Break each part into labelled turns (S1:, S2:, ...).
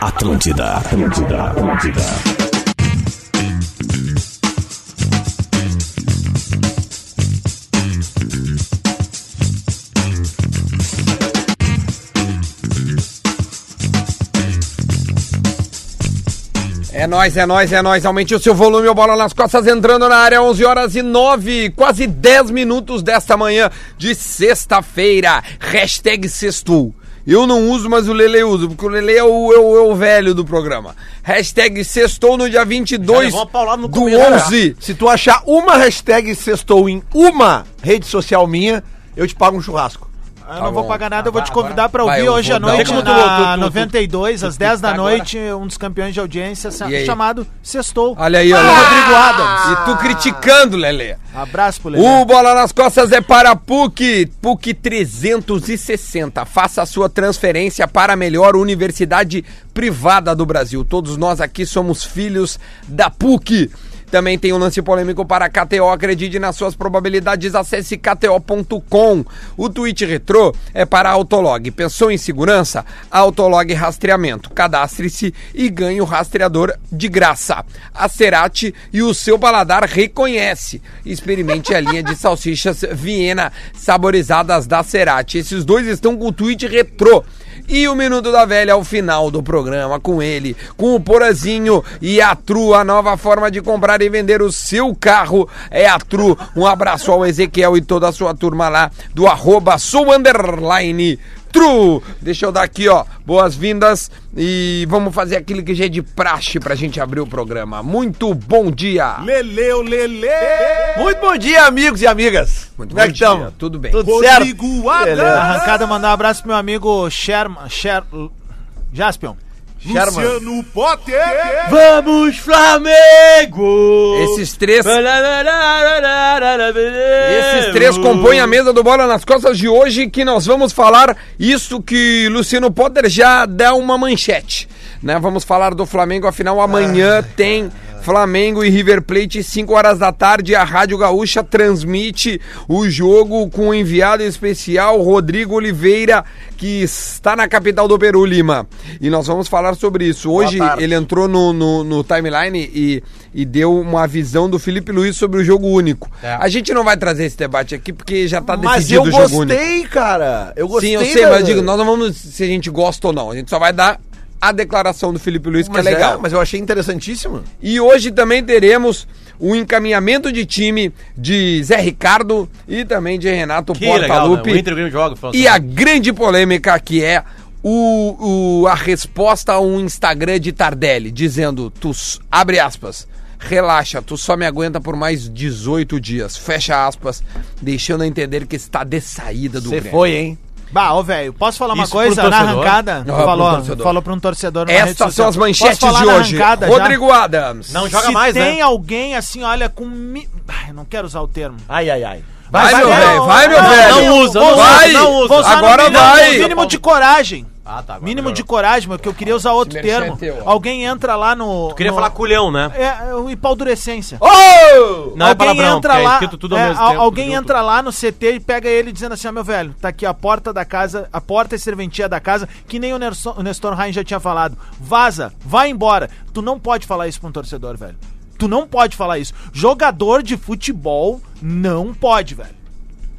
S1: Atlântida, Atlântida, Atlântida.
S2: É nóis, é nóis, é nóis. Aumente o seu volume, o bola nas costas entrando na área, 11 horas e 9, quase 10 minutos desta manhã de sexta-feira. Hashtag sextou. Eu não uso, mas o Lele usa, porque o Lele é o, é o- é o velho do programa. Hashtag sextou no dia 22
S3: Já levou uma paulada no
S2: do
S3: começo,
S2: 11.
S4: Se tu achar uma hashtag sextou em uma rede social minha, eu te pago um churrasco.
S3: Eu
S2: Tá
S3: não vou
S2: bom.
S3: pagar nada, eu vou
S2: Vai,
S3: te convidar pra
S2: vai,
S3: ouvir
S2: eu
S3: hoje
S2: vou
S3: à
S2: dar
S3: noite
S2: uma-
S3: na 92, às 10 da
S2: agora.
S3: noite, um dos campeões de audiência sa-
S2: E aí?
S3: chamado Sextou.
S2: Olha aí, olha.
S3: Ah! Rodrigo Adams.
S2: E tu criticando, Lele.
S3: Abraço pro Lelê.
S2: O Bola nas Costas é para a PUC, PUC 360. Faça a sua transferência para a melhor universidade privada do Brasil. Todos nós aqui somos filhos da PUC. Também tem um lance polêmico para a KTO. Acredite nas suas probabilidades. Acesse KTO.com. O tweet retrô é para a Autolog. Pensou em segurança? Autolog Rastreamento. Cadastre-se e ganhe o rastreador de graça. A Cerati e o seu paladar reconhece. Experimente a linha de salsichas Viena saborizadas da Cerati. Esses dois estão com o tweet retrô. E o Minuto da Velha ao final do programa, com ele, com o Porazinho e a Tru, a nova forma de comprar e vender o seu carro é a Tru. Um abraço ao Ezequiel e toda a sua turma lá do arroba sou underline Tru. Deixa eu dar aqui, ó, boas-vindas e vamos fazer aquilo que já é de praxe pra gente abrir o programa. Muito bom dia!
S5: Leleu, Lele!
S4: Muito bom dia, amigos e amigas.
S2: Muito
S4: Como é
S2: bom
S4: que
S2: dia,
S4: estamos?
S2: tudo bem.
S4: Tudo
S5: Rodrigo
S4: certo?
S5: Adams.
S3: Na arrancada, mandar um abraço pro meu amigo Sherman. Sher... Jaspion.
S4: Sherman.
S5: Luciano Potter!
S6: Vamos, Flamengo!
S2: Esses três,
S6: Esses
S2: esses três compõem a mesa do Bola nas Costas de hoje que nós vamos falar isso que Luciano Potter já dá uma manchete, né? Vamos falar do Flamengo, afinal amanhã tem Flamengo e River Plate, 5 horas da tarde, a Rádio Gaúcha transmite o jogo com o enviado especial Rodrigo Oliveira, que está na capital do Peru, Lima. E nós vamos falar sobre isso. Hoje ele entrou no, no- no timeline e, e deu uma visão do Felipe Luiz sobre o jogo único. A gente não vai trazer esse debate aqui porque já está
S4: É. Mas
S2: decidido
S4: eu
S2: o jogo único.
S4: gostei, cara. Eu gostei. né,
S2: Sim, eu sei,
S4: da-
S2: mas eu digo, nós não vamos se a gente gosta ou não. A gente só vai dar a declaração do Felipe Luiz, que
S4: Mas
S2: é legal.
S4: mas eu achei interessantíssimo.
S2: E hoje também teremos o encaminhamento de time de Zé Ricardo e também de Renato
S6: Que legal, né?
S2: Portaluppi.
S6: O Inter e o Grêmio jogam. Flávio.
S2: E a grande polêmica que é o, o- a resposta a um Instagram de Tardelli, dizendo, tu, s- abre aspas, relaxa, tu só me aguenta por mais 18 dias, fecha aspas, deixando a entender que está de saída do
S4: Você
S2: Grêmio.
S4: foi, hein?
S3: Bah, ô velho, posso falar uma
S6: Isso
S3: coisa?
S6: pro
S3: Na
S6: torcedor?
S3: arrancada,
S2: Não, é pro
S3: falou,
S2: torcedor.
S3: falou pra um torcedor na rede
S2: Estas são
S3: social.
S2: as manchetes
S3: Posso falar
S2: de
S3: na
S2: hoje.
S3: arrancada já?
S2: Rodrigo Adams.
S6: Não joga
S3: Se
S6: mais,
S3: tem
S6: né?
S3: alguém assim, olha, com... Mi... Ah, eu não quero usar o termo.
S6: Ai, ai, ai.
S2: Vai, meu
S3: não,
S2: velho, vai, meu
S3: não,
S2: velho.
S3: não
S6: usa,
S3: Vou
S6: não
S3: usar,
S2: vai,
S3: não usa. Ah, Vou usar no
S2: Agora
S3: mínimo-
S2: vai.
S3: no Mínimo de coragem.
S6: Ah, tá, agora
S3: mínimo
S6: melhorou.
S3: de coragem, porque eu queria usar outro
S2: merchan é
S3: termo.
S2: teu, ó.
S3: Alguém entra lá no.
S6: Queria
S3: no-
S6: falar culhão, né?
S3: É, o hipadurescência.
S4: Oh!
S6: Não é palavrão, porque
S3: entra
S6: é
S3: lá,
S6: escrito tudo ao
S3: é,
S6: mesmo
S3: al-
S6: tempo,
S3: Alguém
S6: junto.
S3: entra lá no CT e pega ele dizendo assim, ó, meu velho, tá aqui a porta da casa, a porta e serventia da casa, que nem o Nerson- o Nestor Rain já tinha falado. Vaza, vai embora. Tu não pode falar isso pra um torcedor, velho. Tu não pode falar isso. Jogador de futebol não pode, velho.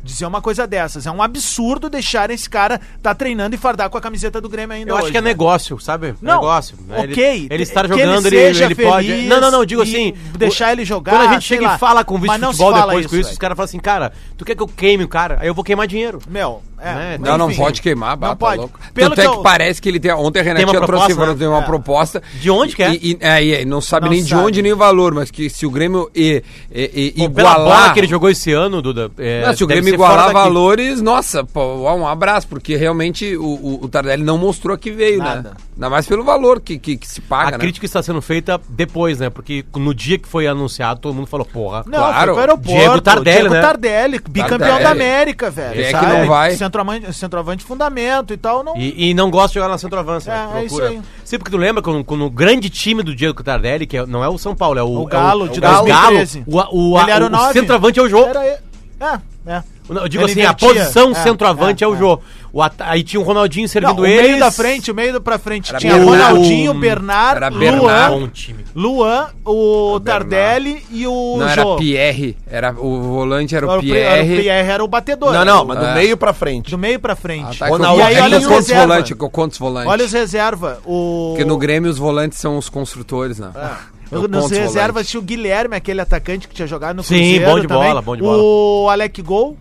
S3: Dizer uma coisa dessas. É um absurdo deixar esse cara tá treinando e fardar com a camiseta do Grêmio ainda
S6: Eu acho
S3: hoje,
S6: que é
S3: velho.
S6: negócio, sabe?
S3: Não,
S6: negócio. né? Ele-
S3: ok,
S6: Ele, estar
S3: que ele
S6: jogando, ele,
S3: seja
S6: ele pode.
S3: feliz
S6: Não, não, não, eu digo
S3: e
S6: assim.
S3: deixar
S6: o-
S3: ele jogar,
S6: Quando a gente
S3: Ah, sei
S6: chega
S3: lá.
S6: e fala com o vice
S3: Mas não se
S6: futebol
S3: fala
S6: depois
S3: isso,
S6: com isso,
S3: velho.
S6: os caras falam assim, cara, tu quer que eu queime o cara? Aí eu vou queimar dinheiro.
S3: Meu, é,
S6: Né?
S2: Não, não
S3: enfim.
S2: pode queimar,
S3: Não
S2: bata
S3: pode.
S2: louco.
S3: Pelo
S2: Tanto é
S3: que
S2: que
S3: eu-
S2: parece que ele tem. Ontem a Renatinha
S6: uma
S2: trouxe
S6: proposta, né?
S2: tem uma
S3: É.
S2: proposta.
S6: De onde que é?
S2: E, e- é, e aí, não sabe
S3: Não
S2: nem de
S3: sabe.
S2: onde nem o valor, mas que se o Grêmio e, e- e
S6: Pô, Pela bola
S2: igualar.
S6: que ele jogou esse ano, Duda. é,
S2: Não, se o
S6: deve
S2: Grêmio
S6: ser fora
S2: igualar
S6: daqui.
S2: valores, nossa, pô, um abraço, porque realmente o, o, o Tardelli não mostrou que veio, né?
S3: Nada.
S2: Ainda mais pelo valor que, que, que se
S6: A
S2: paga, né?
S6: crítica está sendo feita depois, né? Porque no dia que foi anunciado, todo mundo falou, porra.
S3: Não,
S2: Claro.
S3: foi pro aeroporto.
S6: Diego Tardelli,
S3: Diego
S6: né?
S3: Tardelli, bicampeão
S2: Tardelli.
S3: da América, velho.
S2: Quem é que
S3: sabe?
S2: não vai?
S3: Centroavante, centroavante fundamento e tal, não.
S6: E, e não gosta de jogar na centroavança.
S3: É,
S6: né?
S3: é isso aí.
S6: Sim, porque tu lembra quando, quando o grande time do Diego Tardelli, que é- não é o São Paulo, é o,
S3: O Galo
S6: é o,
S3: de
S6: é o Galo,
S3: 2013.
S6: o, a- o, a-
S3: Ele era o
S6: o
S3: nove.
S6: centroavante é o jogo.
S3: Era ele. É, é.
S6: Não, Eu digo
S3: Ele
S6: assim, a
S3: invertia.
S6: posição
S3: É,
S6: centroavante
S3: é,
S6: é, o
S3: é.
S6: Jô. O at- Aí tinha o Ronaldinho
S3: Não,
S6: servindo
S3: o
S6: eles.
S3: meio da frente, o meio da pra frente
S2: Era
S3: tinha
S2: Bernard.
S3: Ronaldinho,
S6: Hum,
S3: Bernard,
S2: era
S6: Bernard.
S2: Bernard.
S3: Luan,
S6: Bom um time.
S3: Luan, o
S2: Bernard.
S3: Tardelli e o
S2: Não,
S3: Jô.
S2: era Pierre. Era, o volante era o
S3: Era o Pri- era o
S2: Pierre.
S3: Pierre era o batedor.
S4: Não, não, mas do
S2: É.
S4: meio pra frente.
S3: Do meio pra
S2: Ah,
S3: frente.
S2: tá, é que eu-
S4: Ronaldinho.
S3: e aí,
S2: é que
S3: olha
S2: eu
S3: os
S4: os
S2: conto os
S3: reserva.
S2: volantes. Eu conto os volantes.
S3: Olha os reserva. O...
S2: Porque no Grêmio os volantes são os construtores, né?
S3: Ah.
S2: Eu
S3: Eu- Nos
S2: conto os
S3: reservas
S2: volantes.
S3: tinha o Guilherme, aquele atacante que tinha jogado no
S6: Sim,
S3: Cruzeiro
S6: bom de
S3: também.
S6: bola, bom de
S3: O Alec Gol,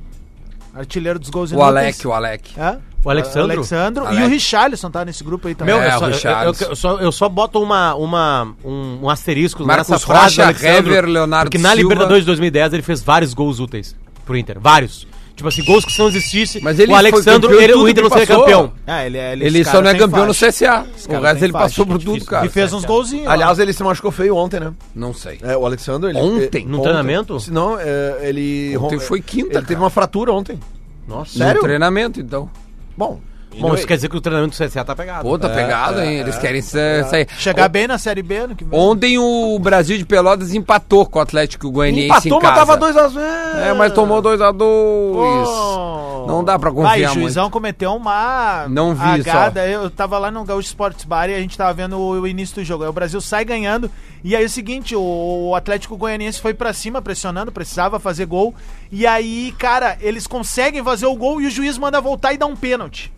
S3: artilheiro dos gols
S2: O Alec, o Alec.
S3: É?
S6: O Alexandro?
S3: Alexandro. E
S2: Alec.
S3: o Richarlison tá nesse grupo aí também.
S6: Meu,
S2: É, o
S6: eu, só, eu- eu,
S2: Richarlison.
S6: eu só, eu só boto uma, uma, um, um asterisco
S2: Marcos
S6: nessa frase do
S2: Rocha,
S6: Alexandre,
S2: é Hever, Leonardo
S6: Porque na
S2: Silva.
S6: Libertadores de 2010 ele fez vários gols úteis pro Inter. Vários. Tipo assim, gols que se não existisse,
S2: Mas ele
S6: o
S2: foi campeão
S6: Alexandro,
S2: em
S6: ele-
S2: tudo
S6: o Inter
S2: que
S6: não seria
S2: passou.
S6: campeão.
S3: Ah, ele, é- ele,
S2: Ele
S3: esse
S2: só não
S3: cara
S2: é
S3: tem
S2: campeão
S3: faixa.
S2: no
S3: Esse
S2: CSA. O
S3: cara
S2: resto
S3: tem
S2: ele passou
S3: faixa,
S2: por tudo,
S6: difícil.
S2: cara.
S3: E fez um uns golzinhos. lá.
S4: Aliás, ele se machucou feio ontem, né?
S2: Não sei.
S4: É, o Alexandre. Ele,
S2: Ontem?
S4: é,
S6: Num treinamento?
S4: Se Não, é, ele.
S2: Ontem
S4: rom-
S2: foi quinta,
S4: Ele
S2: cara.
S4: teve uma fratura ontem. Nossa,
S2: No
S4: sério?
S2: treinamento, então.
S4: Bom.
S6: Hum. Bom, isso quer dizer que o treinamento do CSA tá pegado.
S2: Pô,
S3: É,
S2: tá pegado, hein? Eles querem sa- sair.
S3: chegar bem na Série B no que vem.
S2: Ontem o Brasil de Pelotas empatou com o Atlético Goianiense
S4: Empatou,
S2: em casa.
S4: mas tava 2x0.
S2: É, mas tomou 2x2.
S3: Oh.
S2: Não dá pra
S3: Vai,
S2: confiar
S3: o
S2: muito.
S3: juizão cometeu uma
S2: Não vi,
S3: agada. Eu tava lá no Gaúcho Sports Bar e a gente tava vendo o, o início do jogo. Aí o Brasil sai ganhando. E aí é o seguinte, o, Atlético Goianiense foi pra cima pressionando, precisava fazer gol. E aí, cara, eles conseguem fazer o gol e o juiz manda voltar e dá um pênalti.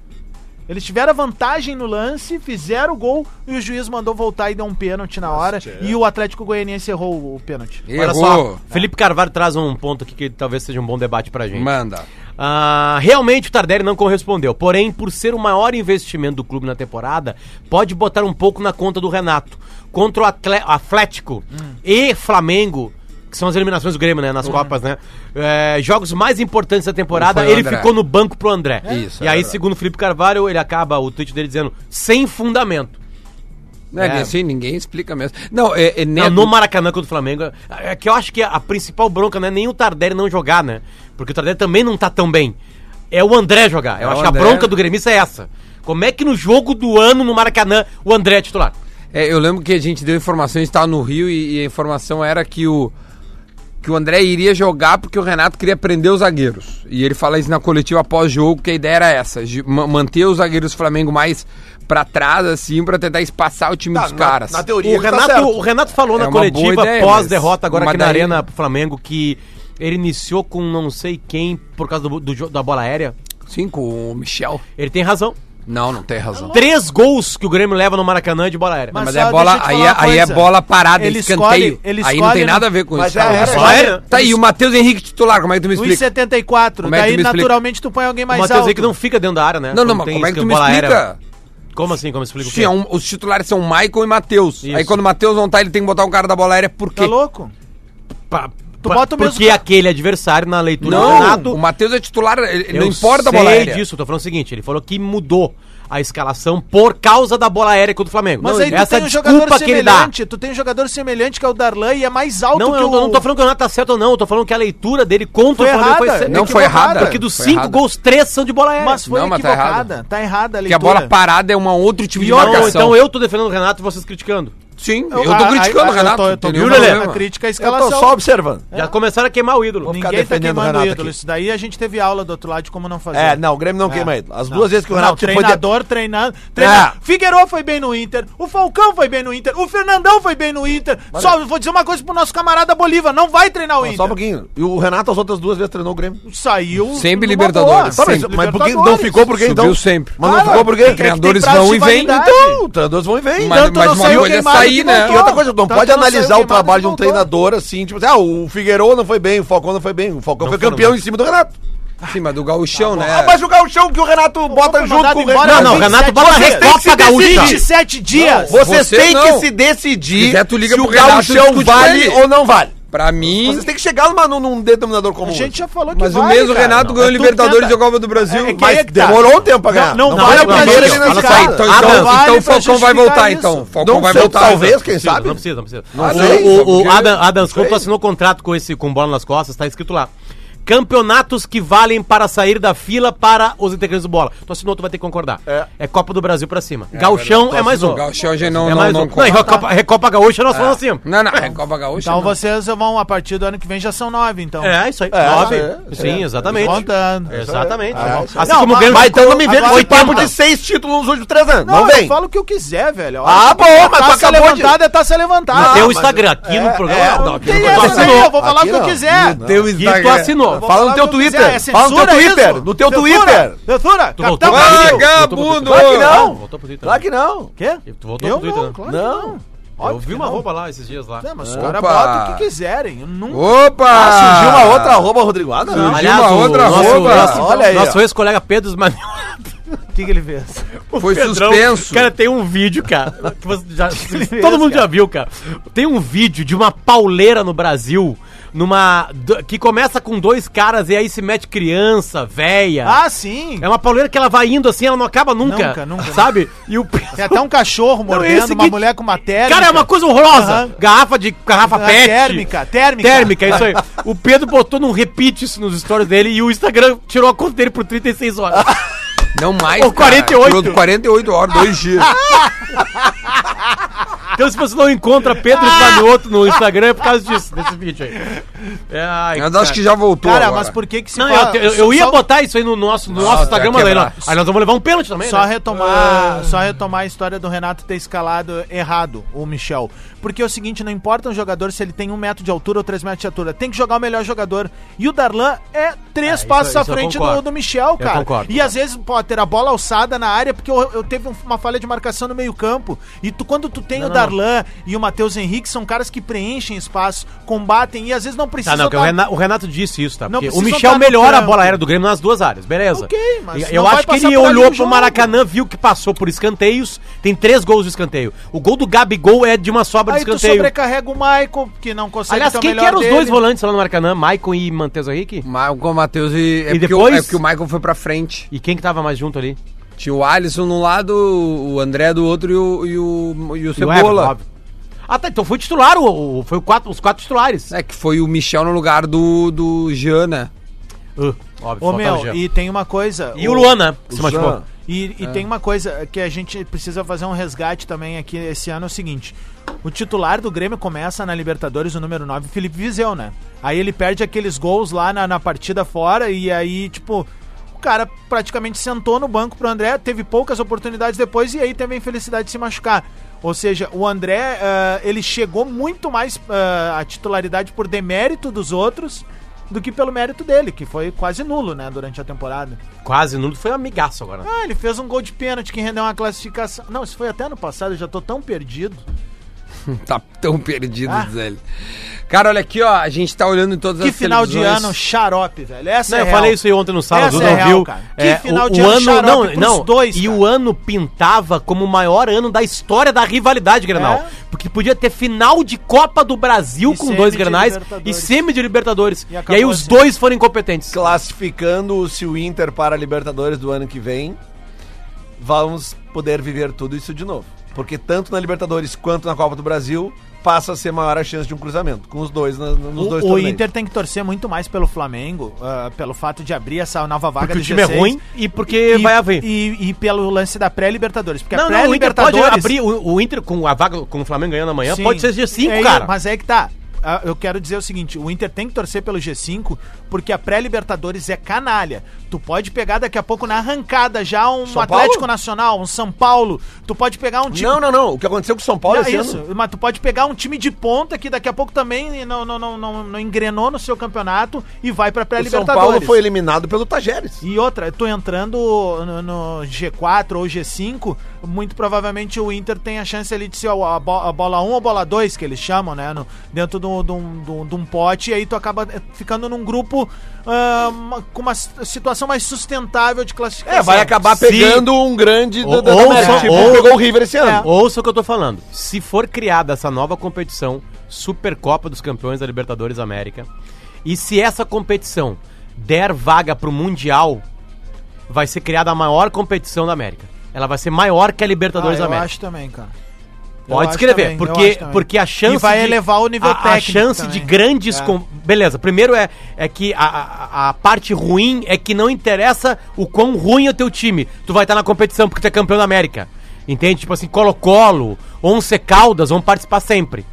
S3: Eles tiveram a vantagem no lance, fizeram o gol e o juiz mandou voltar e deu um pênalti na hora. E o Atlético Goianiense errou o, o pênalti.
S6: Olha
S2: Errou.
S6: só, Felipe Carvalho traz um ponto aqui que talvez seja um bom debate pra gente.
S2: Manda.
S6: Ah, realmente o Tardelli não correspondeu. Porém, por ser o maior investimento do clube na temporada, pode botar um pouco na conta do Renato. Contra o Atle- Atlético
S2: Hum.
S6: e Flamengo, que são as eliminações do Grêmio, né?
S2: Uhum.
S6: Nas Copas, né? É, jogos mais importantes da temporada,
S2: Foi o
S6: ele
S2: André.
S6: ficou no banco pro André.
S2: Isso,
S6: e
S2: é
S6: aí,
S2: verdade.
S6: segundo o Felipe Carvalho, ele acaba o tweet dele dizendo sem fundamento.
S2: Não é,
S6: É.
S2: assim, ninguém explica mesmo. Não, é, é
S6: Não,
S2: né-
S6: no Maracanã contra o Flamengo. É é que eu acho que a principal bronca não é nem o Tardelli não jogar, né? Porque o Tardelli também não tá tão bem. É o André jogar. Eu
S2: É o
S6: acho que
S2: André.
S6: a bronca do gremista é essa. Como é que no jogo do ano no Maracanã o André é titular?
S2: é, eu lembro que a gente deu informação, a gente tava no Rio e, e a informação era que o que o André iria jogar porque o Renato queria prender os zagueiros. E ele fala isso na coletiva pós-jogo, que a ideia era essa, de ma- manter os zagueiros do Flamengo mais pra trás, assim, pra tentar espaçar o time
S4: Tá,
S2: dos
S4: na-
S2: caras.
S4: na teoria.
S6: O
S4: Ele tá
S6: Renato,
S4: certo.
S6: o Renato falou
S2: É
S6: na
S2: uma boa
S6: coletiva
S2: ideia,
S6: pós-derrota
S2: mas-
S6: agora
S2: mas
S6: aqui na
S2: daí-
S6: Arena pro Flamengo que ele iniciou com não sei quem por causa do, do jo- da bola aérea.
S2: Sim, com o Michel.
S6: Ele tem razão.
S2: Não, não tem razão.
S6: Três gols que o Grêmio leva no Maracanã de bola aérea.
S2: Mas,
S3: Marcelo,
S2: é bola,
S3: deixa eu te
S2: aí,
S3: falar
S2: é-
S3: uma
S2: aí é
S3: coisa.
S2: bola parada,
S3: Ele
S2: escanteio.
S3: escolhe- ele
S2: aí não tem
S3: escolhe,
S2: nada a ver com
S4: mas
S2: isso.
S4: é-
S2: cara.
S4: é-
S2: Bola aérea. Tá aí,
S3: Ele-
S2: o Matheus Henrique titular, como é que tu me explica?
S3: 1,74.
S2: Como é que tu
S3: Daí,
S2: me explica?
S3: naturalmente, tu põe alguém
S6: o
S3: mais
S6: Matheus
S3: alto.
S6: aí que não fica dentro da área, né?
S2: Não, não,
S6: Quando
S2: mas
S6: tem
S2: como é que tu me
S6: bola
S2: explica?
S6: aérea. Como assim? Como explica o
S2: Sim, é um- os titulares são Michael e Matheus.
S6: Isso.
S2: Aí quando o Matheus não tá, ele tem que botar o cara da bola aérea por quê?
S3: Tá louco?
S6: Pa-
S3: Tu
S6: pa-
S3: bota o mesmo
S6: porque
S3: cara.
S6: aquele adversário na leitura do
S2: Não,
S6: Renato.
S2: o Matheus é titular, ele, ele não
S6: eu
S2: importa a bola
S6: sei
S2: aérea.
S6: disso, eu tô falando o seguinte, ele falou que mudou a escalação por causa da bola aérea contra o Flamengo.
S3: Mas
S6: Não,
S3: aí tu
S6: essa
S3: tem
S6: é
S3: um
S6: desculpa
S3: jogador
S6: que ele dá.
S3: semelhante, tu tem um jogador semelhante que é o Darlan e é mais alto
S6: Não,
S3: que
S6: eu,
S3: o...
S6: eu não tô falando que o Renato tá certo ou não, eu tô falando que a leitura dele contra
S3: Foi
S6: o Flamengo
S3: errada,
S6: se-
S2: Não foi
S3: equivocada.
S2: errada.
S6: Porque dos
S2: Foi
S6: cinco
S2: errada.
S6: gols, três são de bola aérea.
S3: É, Mas foi
S2: Não, mas tá
S3: equivocada.
S2: errada.
S3: Tá errada a
S2: Porque a
S3: leitura.
S2: bola parada é um outro tipo de
S6: E outra,
S2: marcação.
S6: então eu tô defendendo o Renato e vocês criticando.
S2: Sim, eu, tô criticando o
S3: Eu
S2: Renato.
S3: tô, eu
S2: não
S3: tô
S2: tem nenhum
S3: viu, Lelê?
S2: problema.
S3: A crítica é a
S4: Eu tô
S3: escalação.
S4: só observando.
S6: Já começaram a queimar o ídolo.
S4: ficar
S3: Ninguém tá
S4: defendendo o
S3: queimando o
S4: Renato
S3: ídolo.
S4: aqui.
S3: Isso daí a gente teve aula do outro lado de como não fazer.
S4: É, não, o Grêmio não
S3: É.
S4: queima ele. As
S3: Não.
S4: duas vezes que o Renato
S3: não, treinador treinando, treinando. Figueiredo foi bem no Inter, o Falcão foi bem no Inter, o Fernandão foi bem no Inter. Só vou dizer uma coisa pro nosso camarada Bolívar, não vai treinar o
S4: Não,
S3: Inter.
S4: Só um pouquinho. E o Renato, as outras duas vezes, treinou o Grêmio.
S3: Saiu.
S2: Sempre
S3: numa
S2: Libertadores,
S4: Tá,
S3: boa.
S4: mas,
S2: Sempre.
S4: mas por que não ficou por quê,
S2: Subiu
S4: então?
S2: sempre.
S4: Mas não
S3: Cara,
S4: ficou por quê?
S3: tem que-
S2: Treinadores
S3: tem prazo
S2: vão e
S3: de
S2: vêm.
S3: validade.
S4: Então, os treinadores vão e vêm.
S2: Mas,
S3: Tanto
S2: mas
S3: não
S2: uma
S3: saiu
S2: coisa é
S3: queimado
S2: sair,
S3: que
S2: né?
S4: E outra coisa, não
S3: Tanto
S4: pode
S3: não
S4: analisar
S3: saiu
S4: o trabalho de um
S3: queimado que voltou.
S4: treinador assim, tipo assim, ah, o Figueiredo não foi bem, o Falcão não foi bem, o Falcão
S6: Não
S4: foi
S6: foi,
S4: campeão
S6: não.
S4: em cima do Renato.
S2: Sim, mas do gauchão, né?
S4: Ah, mas jogar o chão que o Renato bota
S3: foi
S4: junto
S3: mandado
S4: com o
S3: embora,
S6: Não, não, o Renato bota a
S4: Vocês têm que se
S6: Recopa Gaúcha.
S4: decidir.
S3: 27 dias.
S4: Vocês
S2: Você
S4: têm
S2: não.
S4: que se decidir
S2: Se quiser, tu liga
S4: se o
S2: pro Renato e
S4: gauchão
S2: discute
S4: vale
S2: com ele.
S4: ou não vale.
S2: Pra mim...
S4: Vocês têm que chegar numa, num, num determinador comum.
S3: A gente já falou que
S2: Mas o
S3: vai,
S2: mesmo
S3: cara.
S2: Renato
S3: Não,
S2: ganhou
S3: é tu
S2: Libertadores
S3: tenta.
S2: e a Copa do Brasil.
S3: É que
S2: Mas
S3: aí é que tá.
S4: Demorou um tempo pra ganhar.
S3: Não, não
S4: vale
S3: vale
S4: a
S3: pra
S4: primeira
S3: gente.
S4: nem na
S3: Olha só,
S2: Tá,
S4: escala.
S2: então, então,
S3: Ah, não vale
S2: então o
S3: pra
S2: Falcão vai
S3: justificar
S2: voltar,
S3: isso.
S2: então. O Falcão
S4: Não
S2: vai
S4: sei,
S2: voltar.
S4: talvez, quem
S6: Precisa,
S4: sabe.
S6: Não precisa, não precisa.
S2: Não
S6: o,
S2: sei,
S6: o-
S2: só
S6: o
S2: porque-
S6: Adam, Adams Couto assinou contrato com esse com bola nas costas, tá escrito lá. Campeonatos que valem para sair da fila para os integrantes do bola. Tu assinou, tu vai ter que concordar. É, Copa do Brasil pra cima. Galchão é, mais um.
S2: O Galchão já não,
S6: é
S2: não,
S6: mais
S2: não,
S6: um. Não, e Recopa, Recopa Gaúcha nós falamos assim.
S2: Não, não, é Copa Gaúcha. não.
S3: Então vocês vão, a partir do ano que vem, já são nove, então. Tá
S6: É, isso aí.
S4: É,
S6: Nove.
S4: é,
S6: Sim, exatamente.
S3: Contando.
S6: Exatamente.
S4: É, isso aí.
S6: assim
S3: Não,
S6: como o
S3: mas-
S6: Grêmio
S4: Mas então não me vem com esse
S6: Oitenta.
S4: papo de seis títulos nos últimos três anos.
S3: Não,
S4: Não,
S3: eu
S4: vem.
S3: falo o que eu quiser, velho.
S4: Ah, bom, mas tu
S3: taça
S4: acabou de...
S3: levantada é taça levantada.
S6: Tem o
S3: Mas-
S6: Instagram aqui no programa.
S4: é,
S6: não,
S4: não,
S6: aqui
S3: Tem
S6: no
S4: Tu
S3: essa
S6: programa.
S3: aí,
S4: assinou?
S3: eu vou falar
S4: Aqui
S3: o que eu
S4: não.
S3: quiser.
S2: Teu
S6: Aqui tu
S2: Instagram.
S6: assinou.
S4: Fala no teu Twitter. Fala no teu Twitter, no teu Twitter.
S3: é Censura!
S6: Tu
S3: Capitão
S6: voltou?
S3: Brasil.
S2: Vagabundo!
S4: Claro que não.
S6: Voltou pro Twitter.
S4: Claro que não.
S3: Quê?
S6: Tu voltou
S3: Eu
S6: pro Twitter.
S3: não,
S6: né?
S3: claro.
S4: Não.
S6: Eu
S3: Óbvio
S6: vi
S3: que
S6: uma
S3: não.
S6: roupa lá esses dias lá.
S3: Não, mas os caras
S2: Opa.
S3: botam o que quiserem. Eu nunca.
S2: Opa!
S4: Ah, surgiu uma outra arroba, Rodrigo. Ah, não.
S2: Surgiu uma outra
S6: nosso,
S2: roupa.
S6: Nosso,
S4: Olha aí,
S6: nosso
S4: ó.
S6: ex-colega Pedro Esmanil.
S3: O que, que ele fez?
S2: Foi
S6: Pedrão,
S2: suspenso.
S6: Cara, tem um vídeo, cara. que você já- todo
S3: fez,
S6: mundo já viu, cara. Tem um vídeo de uma pauleira no Brasil. Numa. do- Que começa com dois caras e aí se mete criança, véia.
S3: Ah, sim.
S6: É uma pauleira que ela vai indo assim, ela não acaba nunca.
S3: Nunca, nunca.
S6: Sabe? E o.
S3: Tem até um cachorro
S6: Não,
S3: mordendo,
S6: esse
S3: uma
S6: que-
S3: mulher com uma térmica.
S6: Cara, é uma coisa horrorosa.
S3: Aham.
S6: Garrafa de garrafa
S3: Ah,
S6: pet.
S3: Térmica, térmica.
S6: Térmica, é isso aí. O Pedro botou num repeat isso nos stories dele e o Instagram tirou a conta dele por 36 horas.
S2: Não mais.
S6: Ou
S2: cara.
S6: 48.
S2: Durou 48 horas, dois dias.
S6: Então, se você não encontra Pedro Esmanioto no Instagram, é por causa disso, desse vídeo aí. É, ai,
S2: Mas acho
S6: cara.
S2: que já voltou.
S3: Cara,
S2: agora.
S3: mas por que que se
S6: Não,
S3: fala-
S6: eu, eu- eu
S3: só-
S6: ia
S3: só-
S6: botar isso aí no nosso, no nosso
S2: tá,
S6: Instagram, mas aí, não.
S2: quebrar.
S6: aí nós vamos levar um pênalti também,
S3: Só
S6: né?
S3: retomar, só retomar a história do Renato ter escalado errado o Michel. Porque é o seguinte, não importa um jogador se ele tem um metro de altura ou três metros de altura, tem que jogar o melhor jogador. E o Darlan é três
S6: isso-
S3: passos à
S6: isso eu
S3: frente do,
S6: concordo.
S3: do Michel, cara.
S6: concordo.
S3: E às vezes pode ter a bola alçada na área, porque eu, eu teve um- uma falha de marcação no meio campo. E tu, quando tu tem o
S6: não,
S3: Darlan e o Matheus Henrique, são caras que preenchem espaço, combatem e às vezes não
S6: Tá,
S3: precisam...
S6: não, que o,
S3: dar-
S6: Renato, o Renato disse isso, tá?
S3: Não
S6: Porque o
S3: precisa
S6: Michel
S3: andar no
S6: melhora a
S3: campo.
S6: bola aérea do Grêmio nas duas áreas, beleza.
S3: Ok, mas
S6: E-
S3: não
S6: Eu
S3: vai
S6: acho que
S3: passar
S6: ele
S3: por ali
S6: olhou
S3: o
S6: pro
S3: jogo.
S6: Maracanã, viu que passou por escanteios, tem três gols de escanteio. O gol do Gabigol é de uma sobra
S3: Aí
S6: de
S3: tu
S6: escanteio.
S3: sobrecarrega o Michael, que não consegue
S6: Aliás,
S3: ter o
S6: quem que
S3: melhor
S6: eram os
S3: dele.
S6: dois volantes lá no Maracanã? Maicon e Matheus Henrique?
S2: Ma- com o Matheus e. é
S6: E
S2: porque o-
S6: depois?
S2: é porque o Michael foi pra frente.
S6: E quem que tava mais junto ali?
S2: Tinha o Alisson num lado, o André do outro e o, e o, e o
S6: E o Everton,
S2: Cebola.
S6: óbvio. Ah, tá. Então foi titular, o, o- foi o quatro, os quatro titulares.
S2: é, que foi o Michel no lugar do, do né? Jana.
S6: Uh, óbvio,
S3: Ô
S6: faltava o
S3: meu,
S6: Jean.
S3: e tem uma coisa.
S6: E o Luan, né? que Se
S4: Jean.
S6: machucou.
S3: E, e tem uma coisa que a gente precisa fazer um resgate também aqui esse ano, é o seguinte. O titular do Grêmio começa na Libertadores, o número 9, Felipe Viseu, né? Aí ele perde aqueles gols lá na, na partida fora e aí, tipo, o cara praticamente sentou no banco pro André, teve poucas oportunidades depois e aí teve a infelicidade de se machucar. Ou seja, o André, ah, ele chegou muito mais ah, à titularidade por demérito dos outros do que pelo mérito dele, que foi quase nulo, né, durante a temporada.
S6: Quase nulo. Foi um amigaço agora. né?
S3: Ah, ele fez um gol de pênalti que rendeu uma classificação. Não, isso foi até ano passado, eu já tô tão perdido.
S2: Tá tão perdido,
S3: Ah.
S2: diz ele. Cara, olha aqui, ó. A gente tá olhando em todas
S3: Que
S2: as
S3: final de
S2: televisões.
S3: ano xarope, velho. Essa
S6: Não,
S3: é
S6: eu
S3: real.
S6: falei isso aí ontem no sala,
S3: Essa
S6: o
S3: é
S6: Duda
S3: real,
S6: viu.
S3: cara.
S6: É,
S3: Que final
S6: o,
S3: de
S6: o
S3: ano
S6: ano,
S3: xarope
S6: não,
S3: pros
S6: não.
S3: dois,
S6: e
S3: cara.
S6: o ano pintava como o maior ano da história da rivalidade Grenal,
S3: É.
S6: porque podia ter final de Copa do Brasil
S3: E
S6: com
S3: semi
S6: dois
S3: de
S6: Grenais e
S3: Libertadores.
S6: semi de Libertadores.
S3: E
S6: E,
S3: acabou
S6: aí os
S3: assim.
S6: dois foram incompetentes.
S4: Classificando-se o Inter para a Libertadores do ano que vem, vamos poder viver tudo isso de novo. Porque tanto na Libertadores quanto na Copa do Brasil, passa a ser maior a chance de um cruzamento, com os dois na- nos
S3: O,
S4: dois
S3: o
S4: torneios.
S3: Inter tem que torcer muito mais pelo Flamengo, ah, pelo fato de abrir essa nova vaga
S6: Porque o
S3: do
S6: time é
S3: G6.
S6: ruim e porque
S3: E-
S6: vai haver.
S3: E, e pelo lance da pré-Libertadores. Porque a
S6: Não, não, o Inter
S3: pré-Libertadores.
S6: pode abrir, o, o Inter com a vaga, com o Flamengo ganhando amanhã,
S3: Sim.
S6: pode ser dia 5,
S3: É,
S6: cara.
S3: Mas é que tá. Ah, Eu quero dizer o seguinte: o Inter tem que torcer pelo G5, porque a pré-Libertadores é canalha. Tu pode pegar daqui a pouco na arrancada já um
S4: São Paulo?
S3: Atlético Nacional, um São Paulo. Tu pode pegar um time.
S4: Não, não, não. O que aconteceu com o São Paulo
S3: Não,
S4: esse
S3: isso,
S4: ano?
S3: mas tu pode pegar um time de ponta que daqui a pouco também não, não, não, não, não engrenou no seu campeonato e vai
S4: O
S3: pra
S4: São
S3: pré-Libertadores.
S4: Paulo foi eliminado pelo Tajeres.
S3: E outra, tu entrando no, no G4 ou G5, muito provavelmente o Inter tem a chance ali de ser a, a bo- a bola 1 ou bola 2, que eles chamam, né? no- dentro de do, do, do, de um pote, e aí tu acaba eh, ficando num grupo ah, uma- com uma s- situação mais sustentável de classificação.
S4: É, vai acabar
S6: Se-
S4: pegando um grande
S6: Ou-
S4: da, da, da
S6: ou
S4: América,
S6: só-
S4: tipo,
S6: ou-
S4: pegou o River esse ano.
S3: é.
S6: Ouça o que eu tô falando. Se for criada essa nova competição, Supercopa dos Campeões da Libertadores América, e se essa competição der vaga pro Mundial, vai ser criada a maior competição da América. Ela vai ser maior que a
S3: Ah,
S6: Libertadores da
S3: eu
S6: América.
S3: acho também, cara.
S6: Pode
S3: acho
S6: escrever,
S3: também, eu acho
S6: porque,
S3: também.
S6: porque a chance.
S3: E vai elevar o nível
S6: a, A
S3: técnico
S6: chance
S3: também.
S6: de grandes.
S3: É.
S6: com- Beleza, primeiro é, é que a, a, a parte ruim é que não interessa o quão ruim é o teu time. Tu vai estar na competição porque tu é campeão da América. Entende? Tipo assim, Colo-Colo, Once Caldas vão participar sempre.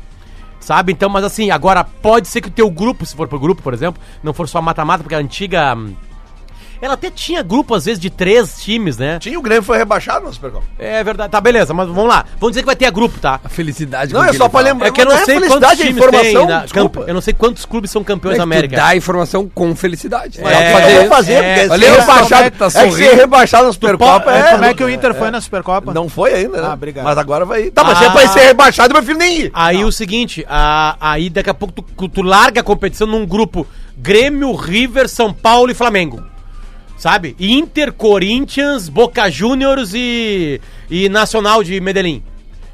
S6: Sabe? Então, mas assim, agora pode ser que o teu grupo, se for pro grupo, por exemplo, não for só mata-mata, porque a antiga. hum, Ela até tinha grupo, às vezes, de três times, né?
S4: Tinha o Grêmio foi rebaixado no Supercopa.
S6: É verdade. Tá, beleza, mas vamos lá. Vamos dizer que vai ter a grupo, tá?
S2: A felicidade
S4: Não,
S2: com
S4: é
S2: que
S4: só
S2: ele
S4: pra
S2: fala.
S4: lembrar.
S6: É que eu
S4: Mas
S6: não
S4: não é
S6: sei
S4: felicidade,
S6: quantos
S4: é
S6: times
S4: informação,
S6: tem, né?
S4: desculpa.
S6: Campo- Eu não sei quantos clubes são
S5: Mas
S6: campeões
S5: tu
S6: da América.
S2: é Dá informação com felicidade.
S5: Não,
S6: É,
S5: tu pode
S6: é,
S5: fazer,
S6: é,
S5: porque ser
S2: olha aí,
S5: rebaixado,
S2: tá
S5: é que ser
S2: sorrindo.
S5: rebaixado na Supercopa
S3: É,
S5: é...
S3: como é que o Inter foi na Supercopa?
S4: Não foi ainda, né?
S3: Ah, obrigado.
S4: Mas agora vai ir. Tá, mas
S6: Ah.
S4: se é pra ser rebaixado, eu prefiro nem ir.
S6: Aí o seguinte, a- aí daqui a pouco tu, tu larga a competição num grupo Grêmio, River, São Paulo e Flamengo. Sabe? Inter, Corinthians, Boca Juniors e, e Nacional de Medellín.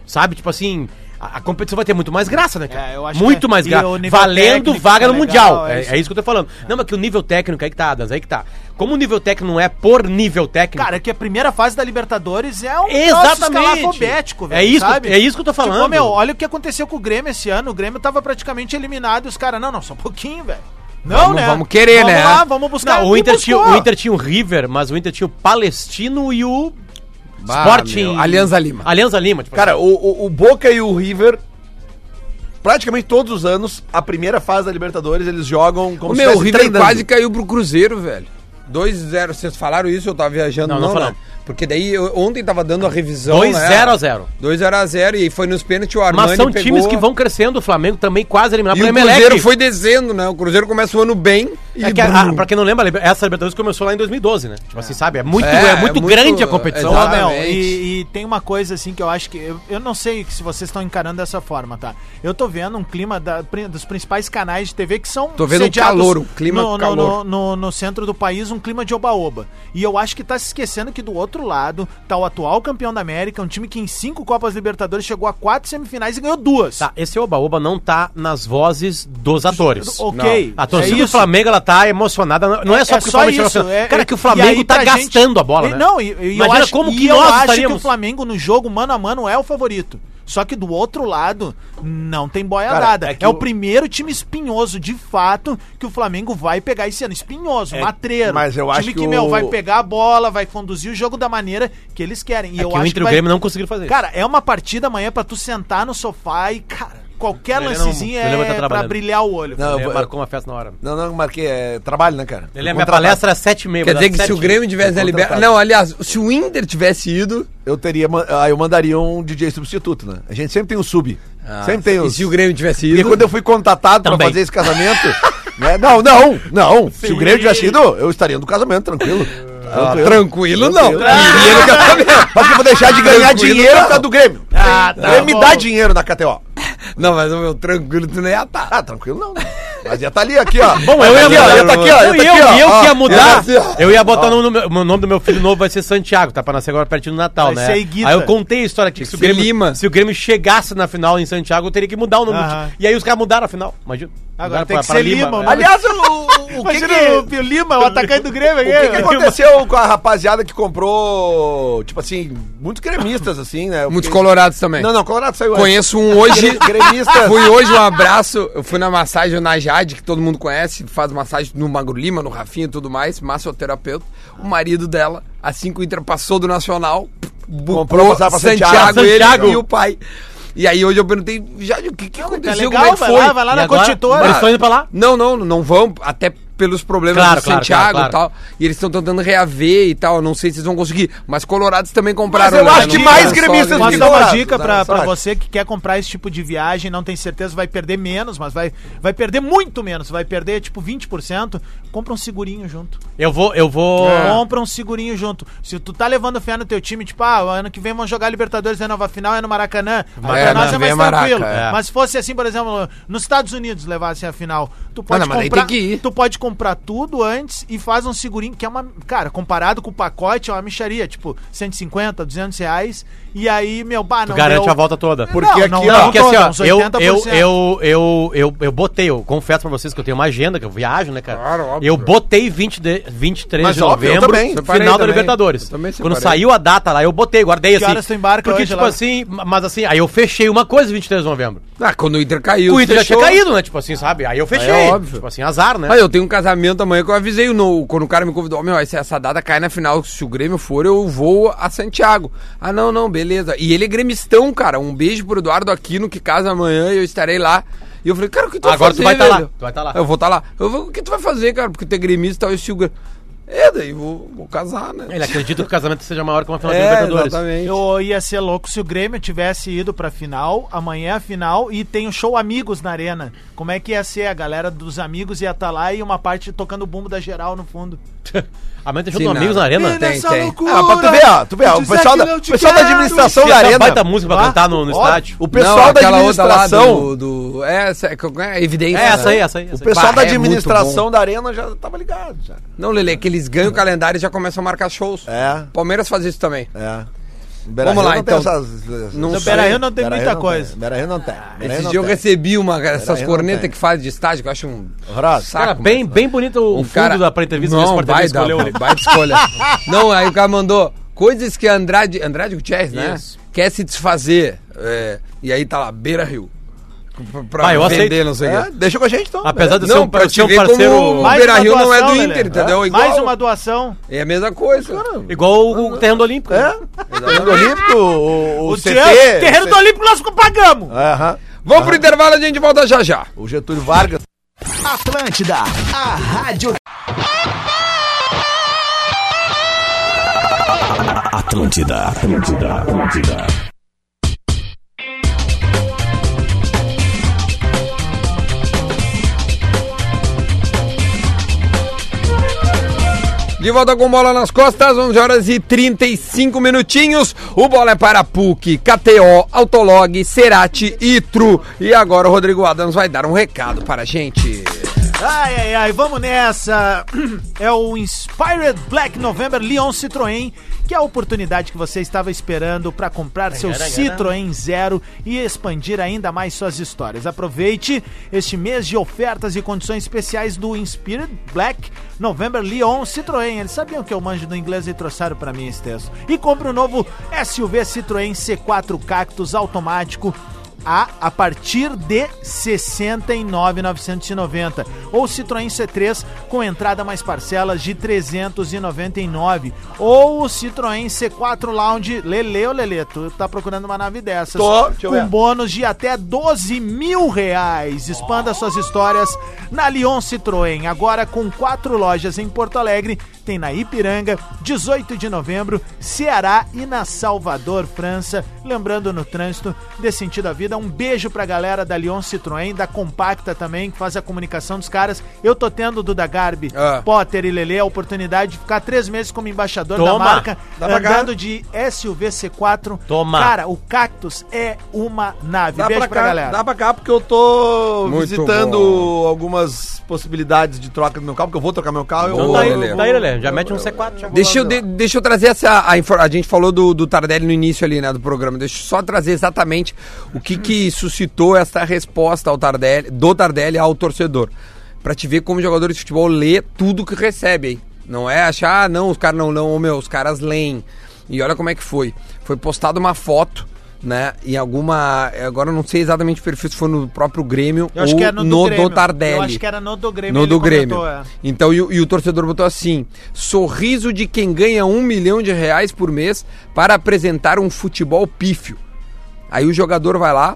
S6: Sabe? Tipo assim, a, a competição vai ter muito mais graça, né, cara?
S3: É, eu acho
S6: muito
S3: que é.
S6: mais
S3: E
S6: graça.
S3: o nível
S6: Valendo
S3: técnico
S6: vaga no
S3: tá
S6: Mundial.
S3: legal,
S6: É,
S3: é
S6: é isso que eu tô falando. Não, mas que o nível técnico aí que tá, Adams, aí que tá. Como o nível técnico não é por nível técnico...
S3: Cara, é que a primeira fase da Libertadores é um
S6: Exatamente.
S3: alfabético,
S6: É isso que- é isso que eu tô falando.
S3: Tipo, meu, olha o que aconteceu com o Grêmio esse ano. O Grêmio tava praticamente eliminado e os caras, não, não, só um pouquinho, velho. Não,
S2: Vamos-
S3: né?
S2: vamos querer,
S3: vamos
S2: né?
S3: lá, vamos buscar.
S6: Não,
S3: E
S6: o Inter, tinha,
S3: buscou.
S6: o Inter tinha o River, mas o Inter tinha o Palestino e o
S2: Bah,
S6: Sporting.
S2: meu, Alianza Lima.
S6: Alianza Lima, tipo
S4: Cara, o, o- o Boca e o River, praticamente todos os anos, a primeira fase da Libertadores, eles jogam como
S2: O meu, o
S4: estivesse
S2: River
S4: treinando.
S2: quase caiu pro Cruzeiro, velho. 2-0, vocês falaram isso, eu tava viajando,
S6: Não,
S2: não,
S6: não
S2: não,
S6: falamos.
S2: né? Porque daí eu- ontem tava dando a revisão,
S6: 2
S2: né?
S6: 0 assim, a 0
S2: 2x0 e foi nos pênaltis o Armani
S6: Mas são
S2: pegou-
S6: times que vão crescendo, o Flamengo também quase eliminado
S2: E o
S6: pelo
S2: Cruzeiro
S6: Emelec.
S2: foi descendo, né? O Cruzeiro começa o ano bem e...
S6: É que, a- pra quem não lembra, a Liber- essa Libertadores começou lá em 2012, né? Tipo assim, sabe? É muito, é,
S2: É, é
S6: muito
S2: muito-
S6: grande a competição.
S2: exato.
S3: Ô, Mel,
S2: Exatamente.
S3: Então, e, e tem uma coisa assim que eu acho que. Eu, eu não sei se vocês estão encarando dessa forma, tá? Eu tô vendo um clima da- pri- dos principais canais de TV que são.
S2: Tô vendo um
S3: sediados
S2: calor, um clima
S3: no, no-
S2: calor.
S3: No, no- no centro do país, um clima de oba-oba. E eu acho que tá se esquecendo que do outro lado tá o atual campeão da América, um time que em cinco Copas Libertadores chegou a quatro semifinais e ganhou duas.
S6: Tá, esse Oba-Oba não tá nas vozes dos atores.
S3: Ok.
S6: A torcida
S3: é
S6: do
S3: isso.
S6: Flamengo, ela tá emocionada. não- Não é só
S3: É
S6: porque o Flamengo chegou
S3: isso,
S6: na final.
S3: é-
S6: Cara,
S3: é-
S6: que o
S3: e
S6: Flamengo
S3: aí
S6: tá
S3: pra gente-
S6: gastando a bola,
S3: E-
S6: né?
S3: Não, e, e eu
S6: Imagina
S3: acho,
S6: como
S3: e
S6: que
S3: eu
S6: nós
S3: acho que o
S6: estaríamos.
S3: Flamengo no jogo mano a mano é o favorito. Só que do outro lado não tem boia
S4: Cara,
S3: dada.
S4: é
S3: É,
S4: que
S3: o
S4: o-
S3: primeiro time espinhoso de fato que o Flamengo vai pegar esse ano, espinhoso, matreiro.
S4: É, mas eu
S3: time
S4: acho que
S3: que meu
S4: o-
S3: vai pegar a bola, vai conduzir o jogo da maneira que eles querem. E
S6: É
S3: eu
S6: que o
S3: acho
S6: Inter e o
S3: vai-
S6: Grêmio não conseguiram fazer isso.
S3: Cara, é uma partida amanhã pra tu sentar no sofá e cara, qualquer
S6: Ele não-
S3: lancezinho
S6: ele vai tá
S3: é pra
S6: trabalhando.
S3: brilhar o olho.
S4: Não, eu vou-
S6: Né, marcou uma festa na hora.
S4: Não, não, marquei. É trabalho, né, cara?
S6: Ele é,
S4: Fui
S6: minha
S4: contratado.
S6: palestra é sete e meia.
S2: Quer
S6: vou
S2: dizer
S6: dar
S2: que se
S6: sete.
S2: o Grêmio tivesse
S6: É
S2: na Libertadores...
S4: contratado.
S2: Não, aliás, se o Inter tivesse ido...
S4: Eu teria. ma- ah, eu mandaria um DJ substituto, né? A gente sempre tem um sub.
S6: Ah,
S4: sempre tem
S2: E
S4: os.
S2: se o Grêmio tivesse
S4: E
S2: ido...
S4: quando eu fui contatado pra
S6: Também.
S4: fazer esse casamento. né? Não, não, não. Se o Grêmio tivesse ido, eu estaria no casamento, tranquilo.
S2: Ah, tranquilo, não.
S4: Iria no casamento. Ah. Mas eu vou deixar de ganhar
S2: Tranquilo,
S4: dinheiro
S2: não.
S4: por causa do Grêmio.
S6: Ah,
S4: O Grêmio Tá me dá dinheiro na KTO.
S2: Não, mas meu, tranquilo, tu não ia tá. estar.
S4: Ah, tranquilo não. né? Mas ia tá ali, aqui, ó.
S6: Bom, eu ia
S4: aqui, ó,
S6: mudar.
S4: ia tá aqui, ó.
S6: Eu,
S4: ia tá aqui,
S6: eu,
S4: ó,
S6: eu
S4: ó.
S6: que ia mudar.
S4: Ia tá aqui, ó.
S6: Eu ia botar o nome, do meu- o nome do meu filho novo, vai ser Santiago, tá? Pra nascer agora pertinho do Natal,
S3: Vai
S6: né?
S3: ser Higuita.
S6: Aí eu contei a história aqui. que Se o,
S2: ser
S6: Grêmio,
S2: Lima.
S6: se o Grêmio chegasse na final em Santiago, eu teria que mudar o nome do
S3: Aham.
S6: time. E aí os caras mudaram a final. Imagina.
S3: Agora
S6: Mudaram
S3: tem
S6: pra-
S3: que
S6: pra
S3: ser Lima, o
S6: né?
S3: nome
S4: Aliás, o, o que
S3: Imagina
S4: que...
S3: o Pio Lima, o atacante do Grêmio. é
S4: O que, que aconteceu com a rapaziada que comprou, tipo assim, muitos gremistas, assim, né? Eu
S2: Muitos
S4: fiquei-
S2: colorados também.
S4: Não, não, Colorado saiu antes.
S2: Conheço um hoje.
S4: Gre-
S6: Ah,
S4: gremista.
S2: Fui hoje um abraço. Eu fui na massagem na Jade, que todo mundo conhece, faz massagem no Magro Lima, no Rafinha e tudo mais, massoterapeuta. O marido dela, assim que o Inter passou do Nacional, bucou
S4: Comprou passar pra Santiago.
S2: ele
S6: Santiago.
S2: e o pai. E aí hoje eu perguntei, Jade, o que, que
S3: Tá
S2: aconteceu?
S3: legal,
S2: Como é
S3: vai
S2: que foi?
S3: lá, vai lá
S6: E
S3: na
S6: agora-
S3: constitora.
S6: Eles estão indo pra lá?
S2: Não, não, não vão, até pelos problemas
S6: Claro,
S2: do
S6: claro,
S2: Santiago
S6: claro, claro.
S2: e tal. E eles estão tentando reaver e tal. Não sei se eles vão conseguir. Mas Colorados também compraram.
S4: eu
S2: né?
S4: acho que
S2: Não
S4: mais
S2: só
S4: gremistas do
S3: Posso
S4: que
S3: dar uma
S4: Colorado.
S3: dica pra,
S4: Colorado,
S3: pra
S4: Colorado.
S3: você que quer comprar esse tipo de viagem, não tem certeza, vai perder menos, mas vai, vai perder muito menos, vai perder tipo 20%. Compra um segurinho junto.
S6: Eu vou, eu vou.
S3: Compra um segurinho junto. Se tu tá levando fé no teu time, tipo, ah, ano que vem vão jogar Libertadores na nova final, é no Maracanã. Aí pra
S2: Maracanã,
S3: nós é mais
S2: vem Maraca,
S3: tranquilo.
S2: é.
S3: Mas se fosse assim, por exemplo, nos Estados Unidos levassem a final, tu pode
S2: não, mas aí
S3: comprar.
S2: tem que ir.
S3: Tu pode comprar tudo antes e faz um segurinho, que é uma. Cara, comparado com o pacote, é uma micharia, tipo, 150, 200 reais. E aí, meu, bah, não.
S6: Garante
S3: deu-
S6: a volta toda.
S3: Não,
S4: Porque
S3: não,
S4: aqui,
S3: não,
S4: ó,
S6: Não, porque assim,
S3: toda,
S6: ó,
S3: uns
S6: eu,
S3: 80%.
S6: eu, eu, eu, eu, eu botei, eu confesso pra vocês que eu tenho uma agenda, que eu viajo, né, cara?
S2: Claro, óbvio.
S6: eu botei 20 de, 23
S4: Mas
S6: de
S4: óbvio, eu
S6: novembro,
S4: também,
S6: final
S2: separei
S6: da
S2: também.
S6: Libertadores.
S2: Eu também
S6: Quando
S2: separei.
S6: saiu a data lá, eu botei, guardei assim.
S3: horas tu embarca
S6: porque,
S3: hoje
S6: tipo
S3: lá?
S6: assim, mas assim, aí eu fechei uma coisa 23 de novembro.
S2: Ah, quando o Inter caiu.
S6: o Inter já tinha
S2: fechou.
S6: caído, né? Tipo assim, sabe? Aí eu fechei.
S2: óbvio.
S6: Tipo assim, azar, né?
S2: Ah, eu tenho um casamento amanhã que eu avisei no, quando o cara me convidou, "Ó, meu, essa, essa data cai na final, se o Grêmio for, eu vou a Santiago. Ah, não, não, beleza. E ele é gremistão, cara. Um beijo pro Eduardo Aquino que casa amanhã e eu estarei lá. E eu falei, cara, o que tu
S6: Agora tu vai tá lá,
S2: velho?"
S6: tu vai tá lá.
S2: Eu vou estar lá. Eu vou, o que tu vai fazer, cara? Porque tu é gremista e tal, e se o Grêmio... É, daí vou, vou casar, né?
S6: Ele é acredita que o casamento seja maior que uma final de
S2: é,
S6: Libertadores.
S2: exatamente.
S3: Eu ia ser louco se o Grêmio tivesse ido pra final, amanhã é a final, e tem o show Amigos na Arena. Como é que ia ser? A galera dos amigos ia estar lá e uma parte tocando o bumbo da geral no fundo.
S6: Amanhã tem
S2: Sim,
S6: junto com
S2: não.
S6: amigos na arena.
S2: Ih, Tem,
S3: Nessa
S2: tem.
S3: loucura,
S4: Ah, pra tu ver, ó, tu ver, ó, o
S3: dizer
S4: pessoal
S3: que
S4: da,
S3: não
S4: o
S3: te
S4: pessoal da
S3: quero.
S4: administração da
S6: Essa
S4: arena.
S6: baita música pra cantar no, no
S4: ó,
S6: estádio.
S4: o pessoal da
S2: aquela outra lá
S4: administração.
S2: do, do- é, essa, é, como é, evidência.
S6: É, essa
S2: né?
S6: aí, essa aí.
S4: O
S6: essa aí.
S4: pessoal da
S2: Bah, é muito
S4: administração
S2: bom.
S4: da arena já tava ligado. Já.
S2: Não, Lele, é que eles ganham o calendário e já começam a marcar shows.
S4: É.
S2: Palmeiras faz isso também.
S4: É.
S2: Vamos lá, então. Não
S4: não
S2: sei.
S3: Beira-Rio não tem muita coisa.
S4: Beira-Rio não tem. Beira-Rio
S2: Esse
S4: não
S2: dia eu
S4: tem.
S2: recebi uma, essas
S4: aí não
S2: cornetas
S4: tem.
S2: que faz de estágio, que eu acho um
S4: Horroroso.
S2: saco.
S6: Ah, Cara, bem,
S2: mas-
S6: bem bonito o
S2: um
S6: fundo da pra entrevista
S2: não,
S6: que o Sport TV
S2: vai
S6: escolheu
S2: dar,
S6: ali.
S2: Vai de escolha. não, aí o cara mandou coisas que Andrade, Andrade Gutierrez, né?
S6: Isso.
S2: Quer se desfazer. é, e aí tá lá, Beira Rio. Pra- Pra
S6: Ah, eu
S2: vender,
S6: aceito.
S2: não sei o
S4: É,
S2: quê.
S4: deixa com a gente então.
S6: Apesar de ser
S2: Não,
S6: um,
S2: pra
S6: pra
S2: te
S6: ser um
S2: ver
S6: parceiro.
S2: como o
S3: Mais
S2: Beira
S3: uma
S2: Rio não é do
S3: doação,
S2: Inter,
S3: Lelê.
S2: entendeu? Igual,
S3: Mais uma doação.
S2: É a mesma coisa.
S6: Igual o, o terreno do Olímpico.
S4: É. O Olímpico, o, o,
S3: O
S4: CT.
S3: Tian- terreiro
S4: o
S3: do Olímpico nós pagamos.
S4: Aham.
S2: Vamos pro intervalo, a gente volta já já.
S4: O Getúlio Vargas.
S5: Atlântida, a rádio.
S1: Atlântida, Atlântida, Atlântida.
S2: De volta com bola nas costas, 11 horas e 35 minutinhos. O bola é para PUC, KTO, Autolog, Cerati e Tru. E agora o Rodrigo Adams vai dar um recado para a gente.
S3: Ai, ai, ai, vamos nessa! É o Inspired Black November Leon Citroën, que é a oportunidade que você estava esperando para comprar seu Citroën Zero e expandir ainda mais suas histórias. Aproveite este mês de ofertas e condições especiais do Inspired Black November Leon Citroën. Eles sabiam que eu manjo do inglês e trouxeram para mim esse texto. E compre o novo SUV Citroën C4 Cactus automático a, a partir de 69,990 ou Citroën C3 com entrada mais parcelas de 399 ou o Citroën C4 Lounge Lele ou Lele, tu tá procurando uma nave dessas
S4: Tô, deixa eu
S3: com
S4: ver.
S3: um bônus de até 12 mil reais expanda suas histórias na Lyon Citroën, agora com quatro lojas em Porto Alegre, tem na Ipiranga 18 de novembro Ceará e na Salvador, França lembrando no trânsito, dê sentido à vida. Um beijo pra galera da Lyon Citroën, da Compacta também, que faz a comunicação dos caras. Eu tô tendo, Duda Garbi,
S2: Ah.
S3: Potter e Lele, a oportunidade de ficar três meses como embaixador da
S6: Toma.
S3: marca,
S4: Dá pra cá.
S3: andando de SUV C4.
S6: Toma.
S3: Cara, o Cactus é uma nave.
S4: Dá
S3: beijo
S4: pra,
S3: pra,
S4: cá,
S3: galera.
S4: dá pra cá, porque eu tô
S2: Muito
S4: visitando
S2: bom.
S4: algumas possibilidades de troca do meu carro, porque eu vou trocar meu carro.
S6: Então
S4: eu
S2: Boa,
S6: tá aí,
S2: Lelê.
S6: tá aí, Lelê. Já mete um C4. já.
S2: Deixa eu, de- deixa eu trazer essa a, infor- a gente falou do, do Tardelli no início ali, né, do programa. Deixa eu só trazer exatamente o que que suscitou essa resposta ao Tardelli, do Tardelli ao torcedor. Pra te ver como jogador de futebol lê tudo que recebe, hein? Não é achar, ah, não, os caras não, não, ô, meu, os caras leem. E olha como é que foi. Foi postada uma foto, né, em alguma, agora eu não sei exatamente o perfil se foi no próprio Grêmio
S3: Eu acho
S2: ou
S3: que era no, do Grêmio.
S2: Tardelli.
S3: Eu acho que era no do Grêmio.
S2: No
S3: ele
S2: do Grêmio.
S3: comentou, é.
S2: Então, e, o- e o torcedor botou assim: sorriso de quem ganha um milhão de reais por mês para apresentar um futebol pífio. Aí o jogador vai lá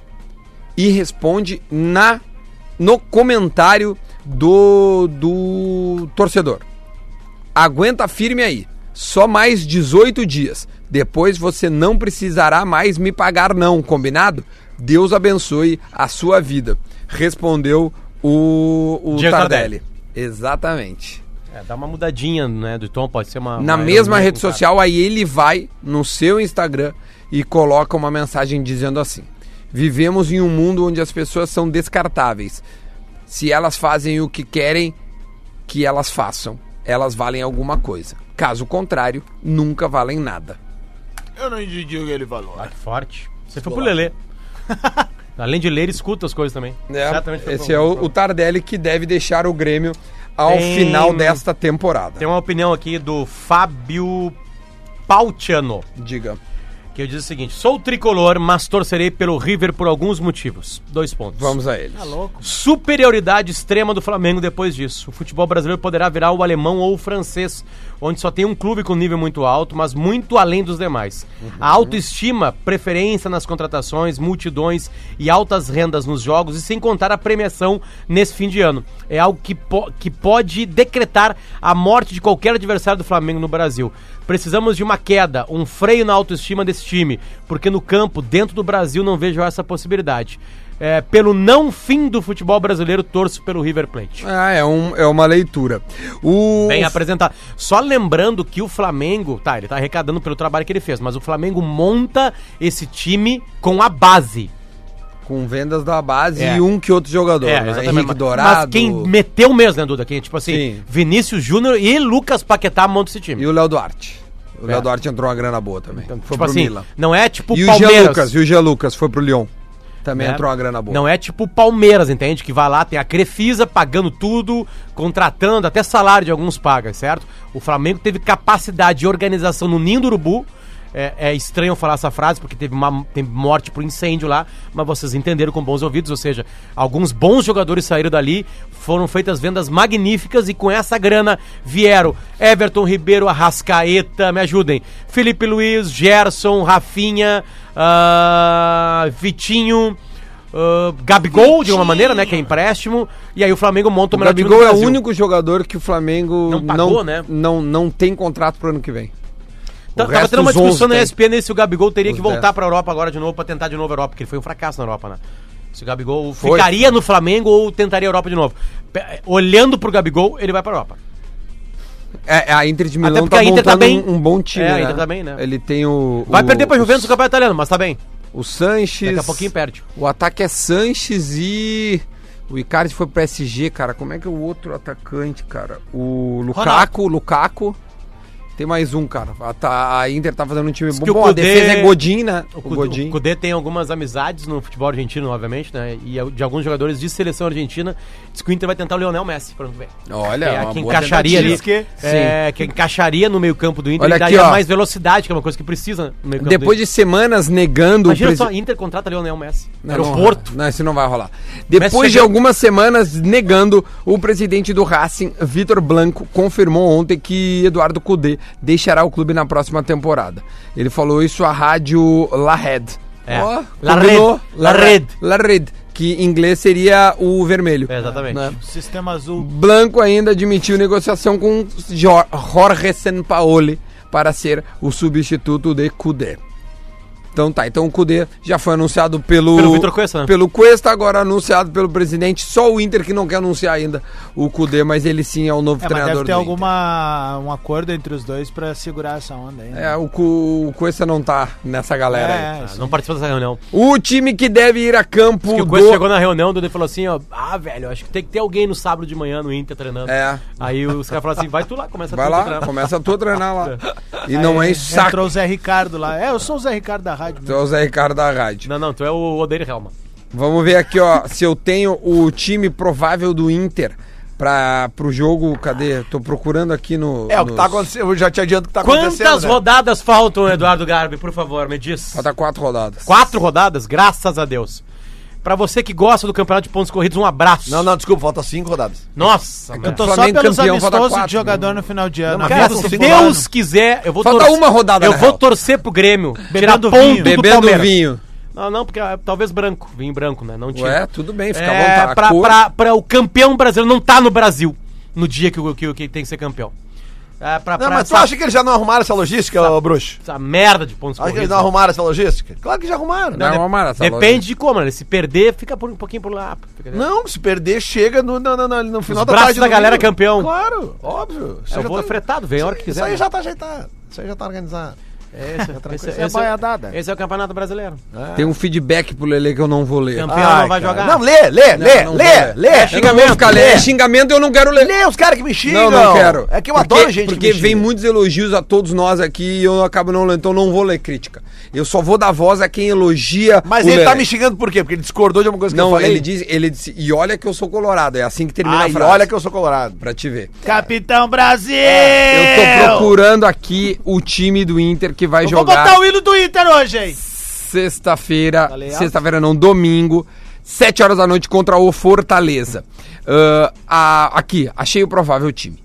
S2: e responde na no comentário do, do torcedor. Aguenta firme aí. Só mais 18 dias. Depois você não precisará mais me pagar, não, combinado? Deus abençoe a sua vida. Respondeu o, o
S6: Diego
S2: Tardelli. Exatamente.
S6: É, dá uma mudadinha, né, do tom, pode ser uma...
S2: Na
S6: uma
S2: mesma
S6: ironia
S2: rede
S6: com o cara.
S2: social, aí ele vai no seu Instagram e coloca uma mensagem dizendo assim: Vivemos em um mundo onde as pessoas são descartáveis. Se elas fazem o que querem, que elas façam, elas valem alguma coisa. Caso contrário, nunca valem nada.
S3: Eu não entendi o que ele falou.
S6: Ah, que forte. Você foi pro Lelê. Além de ler, escuta as coisas também.
S2: né?
S6: Certamente foi
S2: Esse
S6: pro-
S2: é o, o Tardelli que deve deixar o Grêmio ao
S6: Tem-
S2: final desta temporada.
S6: Tem uma opinião aqui do Fábio Pautiano.
S2: Diga.
S6: que eu diz o seguinte: sou tricolor, mas torcerei pelo River por alguns motivos. Dois pontos.
S2: Vamos a eles.
S6: Superioridade extrema do Flamengo depois disso. O futebol brasileiro poderá virar o alemão ou o francês, onde só tem um clube com nível muito alto, mas muito além dos demais. A autoestima, preferência nas contratações, multidões e altas rendas nos jogos, e sem contar a premiação nesse fim de ano. É algo que, po- que pode decretar a morte de qualquer adversário do Flamengo no Brasil. Precisamos de uma queda, um freio na autoestima desse time, porque no campo, dentro do Brasil, não vejo essa possibilidade. É, pelo não fim do futebol brasileiro, torço pelo River Plate.
S2: Ah, é, um, é uma leitura. O
S6: Bem apresentado. Só lembrando que o Flamengo, tá, ele tá arrecadando pelo trabalho que ele fez, mas o Flamengo monta esse time com a base.
S2: com vendas da base
S6: É.
S2: e um que outro jogador, né? Henrique
S6: Mas-
S2: Dourado.
S6: Mas quem meteu mesmo, né, Duda? Quem, tipo assim,
S2: Sim.
S6: Vinícius Júnior e Lucas Paquetá montam esse time.
S2: E o Léo Duarte. O Léo
S6: É.
S2: Duarte entrou uma grana boa também. foi
S6: tipo
S2: pro
S6: assim,
S2: Milan.
S6: não é tipo
S2: E o Jean
S6: Palmeiras.
S2: Lucas, e o Jean Lucas foi pro Lyon. Também
S6: né?
S2: entrou uma grana boa.
S6: Não é tipo Palmeiras, entende? Que vai lá, tem a Crefisa pagando tudo, contratando, até salário de alguns paga, certo? O Flamengo teve capacidade de organização no Ninho do Urubu. É, é estranho falar essa frase, porque teve uma teve morte por incêndio lá, mas vocês entenderam com bons ouvidos, ou seja, alguns bons jogadores saíram dali, foram feitas vendas magníficas e com essa grana vieram Everton Ribeiro, Arrascaeta, me ajudem, Felipe Luiz, Gerson, Rafinha, ah, Vitinho, Uh, Gabigol, de uma maneira, né? Que é empréstimo. E aí o Flamengo monta o
S2: O
S6: melhor
S2: Gabigol
S6: time
S2: é
S6: do
S2: o
S6: Brasil.
S2: único jogador que o Flamengo
S6: Não pagou, né?
S2: não, não tem contrato pro ano que vem.
S6: Tá-
S2: o
S6: tava
S2: resto
S6: tendo uma
S2: os 11
S6: discussão na
S2: tem.
S6: ESPN se o Gabigol teria
S2: Os
S6: que voltar
S2: 10.
S6: pra Europa agora de novo pra tentar de novo a Europa, porque ele foi um fracasso na Europa, né? Se o Gabigol
S2: Foi.
S6: ficaria no Flamengo ou tentaria a Europa de novo. Pe- Olhando pro Gabigol, ele vai pra Europa.
S2: É, a Inter de
S6: Até
S2: Milão
S6: porque
S2: tá
S6: a Inter
S2: montando
S6: tá bem.
S2: um, um bom time,
S6: É, a
S2: né?
S6: Inter tá bem, né?
S2: Ele tem o...
S6: Vai
S2: o-
S6: perder pra Juventus
S2: o,
S6: no Campeonato Italiano, mas tá bem.
S2: O Sanches...
S6: Daqui a pouquinho perde.
S2: O ataque é Sanches e... O Icardi foi pro SG, cara. Como é que é o outro atacante, cara? O Lukaku, Lukaku. Tem mais um, cara. A, tá- a Inter tá fazendo um time bom.
S6: que o
S2: Bom, a
S6: Kudê-
S2: defesa é Godin, né?
S6: O Cudê, o Cudê tem algumas amizades no futebol argentino, obviamente, né? E de alguns jogadores de seleção argentina. Diz que o Inter vai tentar o Leonel Messi pro ano que vem.
S2: Olha,
S6: é,
S2: uma
S6: que
S2: boa
S6: encaixaria ali.
S3: Diz que-
S6: é, que encaixaria no meio-campo do Inter
S2: Olha
S6: e
S2: aqui,
S6: daria
S2: ó.
S6: mais velocidade, que é uma coisa que precisa no meio-campo
S2: Depois
S6: do Inter.
S2: de semanas negando
S6: Imagina
S2: presi-
S6: só, Inter contrata Leonel Messi.
S2: Não,
S6: Aeroporto.
S2: Não, não, isso não vai rolar. Depois de
S6: chegando.
S2: algumas semanas negando, o presidente do Racing, Vitor Blanco, confirmou ontem que Eduardo Cudê deixará o clube na próxima temporada. Ele falou isso à rádio La Red.
S6: É.
S2: Ó,
S6: La
S2: combinou?
S6: Red.
S2: La
S6: La
S2: Red.
S6: Red.
S2: La Red, que em inglês seria o vermelho.
S6: É, exatamente.
S2: Né?
S3: Sistema azul.
S2: Blanco ainda admitiu negociação com Jo- Jorge Sampaoli para ser o substituto de Cudê. Então tá, então o Cudê já foi anunciado pelo
S6: Pelo Vitor Cuesta, né?
S2: pelo Cuesta, agora anunciado pelo presidente, só o Inter que não quer anunciar ainda o Cudê, mas ele sim é o novo
S3: É, mas
S2: treinador
S3: deve ter
S2: do
S3: alguma, um acordo entre os dois pra segurar essa onda aí.
S2: Inter.
S3: né? É,
S2: É, o, Cu, o Cuesta não tá nessa galera aí.
S6: Ah,
S3: isso.
S6: não participa dessa reunião.
S2: O time que deve ir a campo
S6: Porque o
S2: do-
S6: Coelho chegou na reunião, o Dudu falou assim, ó, ah, velho, acho que tem que ter alguém no sábado de manhã no Inter treinando.
S2: É.
S6: Aí os caras falaram assim, vai tu lá, começa
S2: Vai
S6: tu
S2: lá,
S6: treinar.
S2: começa tu a treinar lá. E não
S3: Aí
S2: é saco.
S3: Entrou o Zé Ricardo lá. É, eu sou o Zé Ricardo da rádio. né?
S2: Então é o Zé Ricardo da rádio.
S6: Não, não, tu é o Odeir Helma.
S2: Vamos ver aqui, ó, se eu tenho o time provável do Inter para pro jogo. Cadê? Tô procurando aqui no.
S4: É, o que tá
S2: nos-
S4: acontecendo, eu já te adianto o que tá
S6: Quantas
S4: acontecendo. né?
S6: rodadas faltam, Eduardo Garbi, por favor, me diz.
S2: Falta quatro rodadas.
S6: Quatro rodadas, graças a Deus. Pra você que gosta do campeonato de pontos corridos, um abraço.
S4: Não, não, desculpa, falta cinco rodadas.
S6: Nossa,
S2: Eu
S6: mano.
S3: Tô
S2: Então, Flamengo
S3: só pelos
S2: campeão, falta
S3: amistosos
S2: quatro,
S3: de jogador
S2: né?
S3: no final de ano.
S4: mas
S6: Cara,
S4: Faltam
S6: se
S4: cinco
S6: Deus
S4: rodadas.
S6: quiser, eu vou
S2: Falta uma rodada,
S6: Eu
S2: na
S6: vou
S2: real.
S6: torcer pro Grêmio.
S3: Bebendo
S6: tirar
S3: vinho.
S6: ponto do
S2: Bebendo
S6: Palmeiras.
S2: vinho.
S6: Não, não, porque ah, talvez branco, vinho branco, né? Não tinha.
S2: Ué, tudo bem, fica à
S6: é,
S2: vontade. A
S6: Pra,
S2: cor-
S6: pra- pra o campeão brasileiro não tá no Brasil no dia que, o- que, o- que tem que ser campeão. É, pra,
S4: Não,
S6: pra
S4: mas tu
S6: essa,
S4: acha que eles já não arrumaram essa logística, ô bruxo?
S6: essa merda de pontos
S4: Acha que eles
S6: corridos.
S4: não
S6: né?
S4: arrumaram essa logística? Claro que já arrumaram.
S2: Não,
S4: né?
S2: uma maraça,
S6: Depende de como, né? Se perder, fica por, um pouquinho por lá. Fica-
S4: Não, se perder, chega no, no, no, no- no final
S6: Os braços
S4: do
S6: da galera
S4: domingo.
S6: campeão.
S4: Claro, óbvio. Isso
S6: É, Eu
S4: já
S6: vou
S4: tá-
S6: fretado, vem a hora que
S4: Isso
S6: quiser.
S4: aí
S6: né?
S4: já tá ajeitado. Isso aí já tá organizado. É.
S3: Essa é tranquilo. Essa é
S6: esse,
S3: baiadada.
S6: esse é o Campeonato Brasileiro.
S2: Tem um feedback pro Lele que eu não vou ler.
S6: Campeão
S4: Ai,
S6: não vai
S4: cara.
S6: jogar.
S4: Não, lê, lê,
S2: Não,
S4: lê,
S2: não vou
S4: lê,
S2: ler.
S4: lê.
S2: É xingamento,
S4: Xingamento,
S2: cara. É
S4: lê.
S2: xingamento eu não quero ler.
S4: Lê os caras que me xingam.
S2: Não, não quero.
S4: É que eu
S2: Porque-
S4: adoro gente
S2: Porque
S4: que me
S2: vem
S4: xinga.
S2: muitos elogios a todos nós aqui e eu acabo não lendo, então não vou ler crítica. Eu só vou dar voz a quem elogia.
S4: Mas
S2: o
S4: ele tá
S2: Lelé.
S4: me xingando por quê? Porque ele discordou de alguma coisa que eu
S2: Não,
S4: falei?
S2: ele disse, ele disse, e olha que eu sou colorado, é assim que termina
S4: Ah,
S2: a
S4: e
S2: frase.
S4: olha que eu sou colorado.
S2: Pra te ver.
S3: Capitão Brasil!
S2: É, Eu tô procurando aqui o time do Inter que vai
S3: Eu vou
S2: jogar
S3: botar o hino do Inter hoje, hein?
S2: sexta-feira,
S3: Tá legal.
S2: sexta-feira não, domingo, 7 horas da noite contra o Fortaleza. Ahn, a- aqui, achei o provável time.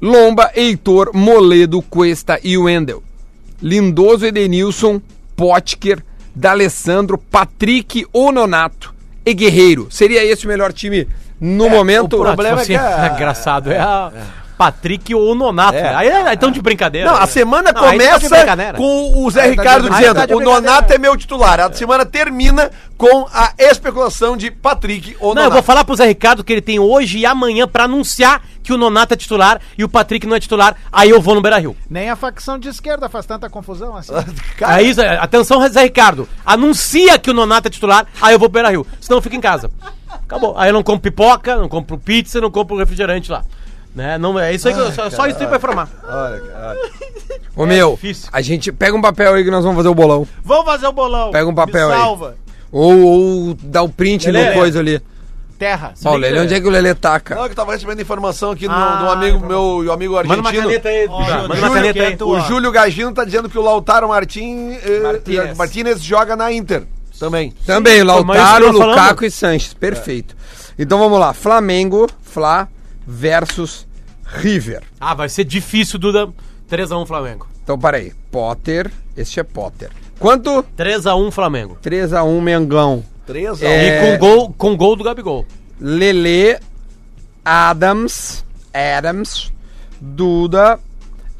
S2: Lomba, Heitor, Moledo, Cuesta e Wendel. Lindoso, Edenilson, Potker, D'Alessandro, Patrick, Ononato e Guerreiro. Seria esse o melhor time no momento?
S4: o problema é que a-
S6: tipo assim, engraçado, é a Patrick ou o Nonato.
S4: É.
S6: né? Aí é tão de brincadeira.
S4: Não, a
S6: né?
S4: semana
S6: Não, aí tá de
S4: começa
S6: brincadeira.
S4: com o Zé
S2: de
S4: Ricardo
S2: brincadeira.
S4: dizendo:
S2: Aí tá de
S4: o Nonato é meu titular. A semana termina com a especulação de Patrick ou
S6: Não, eu vou falar pro Zé Ricardo que ele tem hoje e amanhã pra anunciar que o Nonato é titular e o Patrick não é titular, aí eu vou no Beira Rio.
S3: Nem a facção de esquerda faz tanta confusão assim.
S6: Aí, Zé- É atenção, Zé Ricardo, anuncia que o Nonato é titular, aí eu vou pro Beira Rio. Senão eu fico em casa. Acabou. Aí eu não compro pipoca, não compro pizza, não compro refrigerante lá. Né? Não, é isso aí que eu, só, só isso tem pra informar.
S4: Olha, cara.
S2: Ô meu,
S6: difícil.
S2: a gente pega um papel aí que nós vamos fazer o bolão.
S3: Vamos fazer o bolão.
S2: Pega um papel
S3: Me
S2: aí.
S3: salva.
S2: Ou, ou dá o print
S6: Lelê.
S2: no coisa ali.
S3: Terra.
S2: Ó, o Lelê, onde é que o Lelê tá, cara?
S4: Não, que eu tava recebendo informação aqui do
S3: Ah,
S4: de um amigo
S3: tá
S4: meu, e um amigo argentino.
S6: aí,
S3: Ó,
S6: Júlio,
S3: Júlio,
S6: manda uma caneta
S2: é
S6: aí.
S4: O Júlio Gagino tá dizendo que o Lautaro Martin, eh,
S2: Martínez.
S4: Martínez joga na Inter também.
S2: Também,
S6: mas
S2: Lautaro,
S6: eu tô falando.
S2: Lukaku e Sanches. Perfeito. Então vamos lá. Flamengo, Fla versus River.
S6: Ah, vai ser difícil, Duda. 3x1 Flamengo.
S2: Então, peraí. Potter, este é Potter. Quanto?
S6: 3x1 Flamengo.
S2: 3x1 Mengão.
S4: 3
S2: É.
S6: E com gol, com gol do Gabigol.
S2: Lele, Adams, Adams, Duda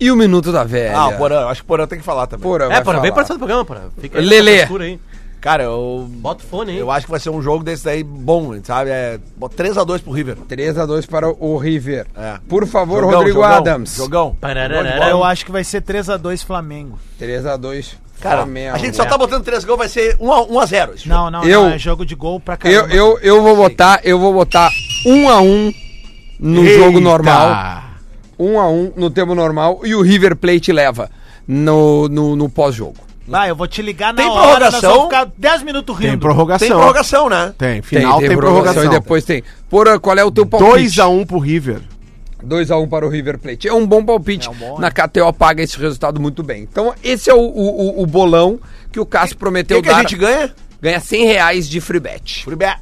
S2: e o Minuto da Velha.
S4: Ah, o Porã, acho que o Porã tem que falar também.
S2: Porã vai
S6: É, porra, vem
S2: falar.
S6: participar do programa, porra. Fica
S2: Lelê.
S6: essa frescura aí.
S4: Cara, eu,
S6: Bota o fone aí.
S4: eu acho que vai ser um jogo desse daí bom, sabe? É 3x2 pro River.
S2: 3x2 para o River.
S4: É.
S2: Por favor,
S4: Jogão,
S2: Rodrigo
S4: jogão,
S2: Adams.
S4: Jogão.
S6: Pararara.
S4: Jogão de
S3: Eu
S4: bola.
S3: acho que vai ser 3x2 Flamengo.
S2: 3x2
S4: Cara,
S2: Flamengo.
S4: a gente só tá botando 3 gols, vai ser 1x0.
S3: Não, não,
S2: Eu-
S3: não. É jogo de gol pra
S2: Eu,
S3: caramba.
S2: eu, eu vou botar, eu vou botar um a um no jogo normal. Um a um no tempo normal e o River Plate leva no, no, no pós-jogo.
S3: Vai, eu vou te ligar na
S4: Tem
S3: hora.
S4: prorrogação?
S3: vamos ficar 10 minutos rindo.
S7: Tem prorrogação.
S4: Tem prorrogação, né?
S7: Tem, final tem, prorrogação.
S2: e depois tem. Porã, qual é o teu palpite?
S7: 2x1 pro River.
S2: 2 a 1 para o River Plate. É um bom palpite. Na KTO paga esse resultado muito bem. Então, esse é o, o, o- o bolão que o Cássio
S4: O
S2: prometeu
S4: que, que
S2: dar.
S4: a gente ganha?
S2: Ganha 100 reais de free bet.
S4: River.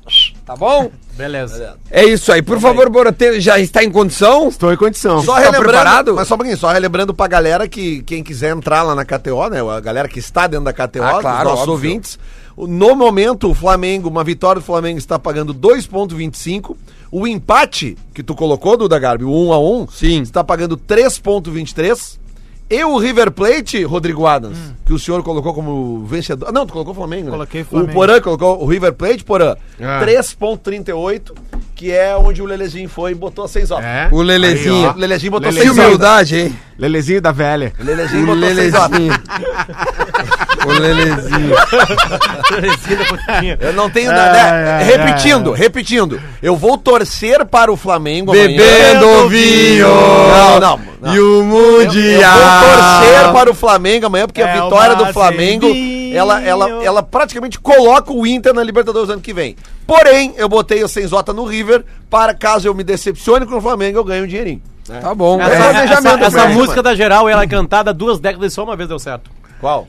S2: Tá bom?
S6: Beleza.
S2: É isso aí. Por favor, Boroteiro, já está em condição?
S7: Estou em condição.
S4: Só
S2: Tá
S4: relembrando,
S2: preparado?
S4: mas só um pouquinho, só relembrando pra galera que quem quiser entrar lá na KTO, né? A galera que está dentro da KTO,
S2: Ah,
S4: os
S2: claro,
S4: nossos
S2: óbvio.
S4: ouvintes. o- No momento, o Flamengo, uma vitória do Flamengo está pagando 2,25. O empate que tu colocou, Duda Garbi, o 1 a 1
S2: Sim.
S4: está pagando 3,23. E o River Plate, Rodrigo Adams,
S2: Hum.
S4: que o senhor colocou como vencedor. Não, tu colocou o Flamengo, né?
S3: Coloquei o Flamengo.
S4: O Porã colocou o River Plate, Porã.
S7: Ah.
S4: 3,38, que é onde o Lelezinho foi e botou 6 horas.
S7: É.
S2: O Lelezinho.
S7: Aí, ó.
S4: O Lelezinho botou
S2: Que
S7: Lelezinho.
S4: seis horas.
S2: humildade, hein?
S7: Lelezinho da velha.
S4: Lelezinho
S2: O
S4: botou seis horas.
S2: Um Lelezinho. o Lelezinho.
S4: Eu não tenho nada.
S7: Ai, ai,
S4: repetindo, repetindo. Eu vou torcer para o Flamengo
S2: Bebendo vinho.
S4: Não, não. não.
S2: E o
S4: Eu
S2: Mundial.
S4: vou torcer para o Flamengo amanhã, porque
S3: É
S4: a vitória
S3: uma
S4: do Flamengo,
S3: cervinha.
S4: ela, ela, ela praticamente coloca o Inter na Libertadores ano que vem. Porém, eu botei o Senzota no River, para caso eu me decepcione com o Flamengo, eu ganho um dinheirinho. né?
S2: Tá bom.
S6: Essa,
S2: é.
S4: é- planejamento
S6: essa- essa
S4: mesmo,
S6: música
S4: mano.
S6: da geral, ela é cantada duas décadas e só uma vez deu certo.
S4: Qual?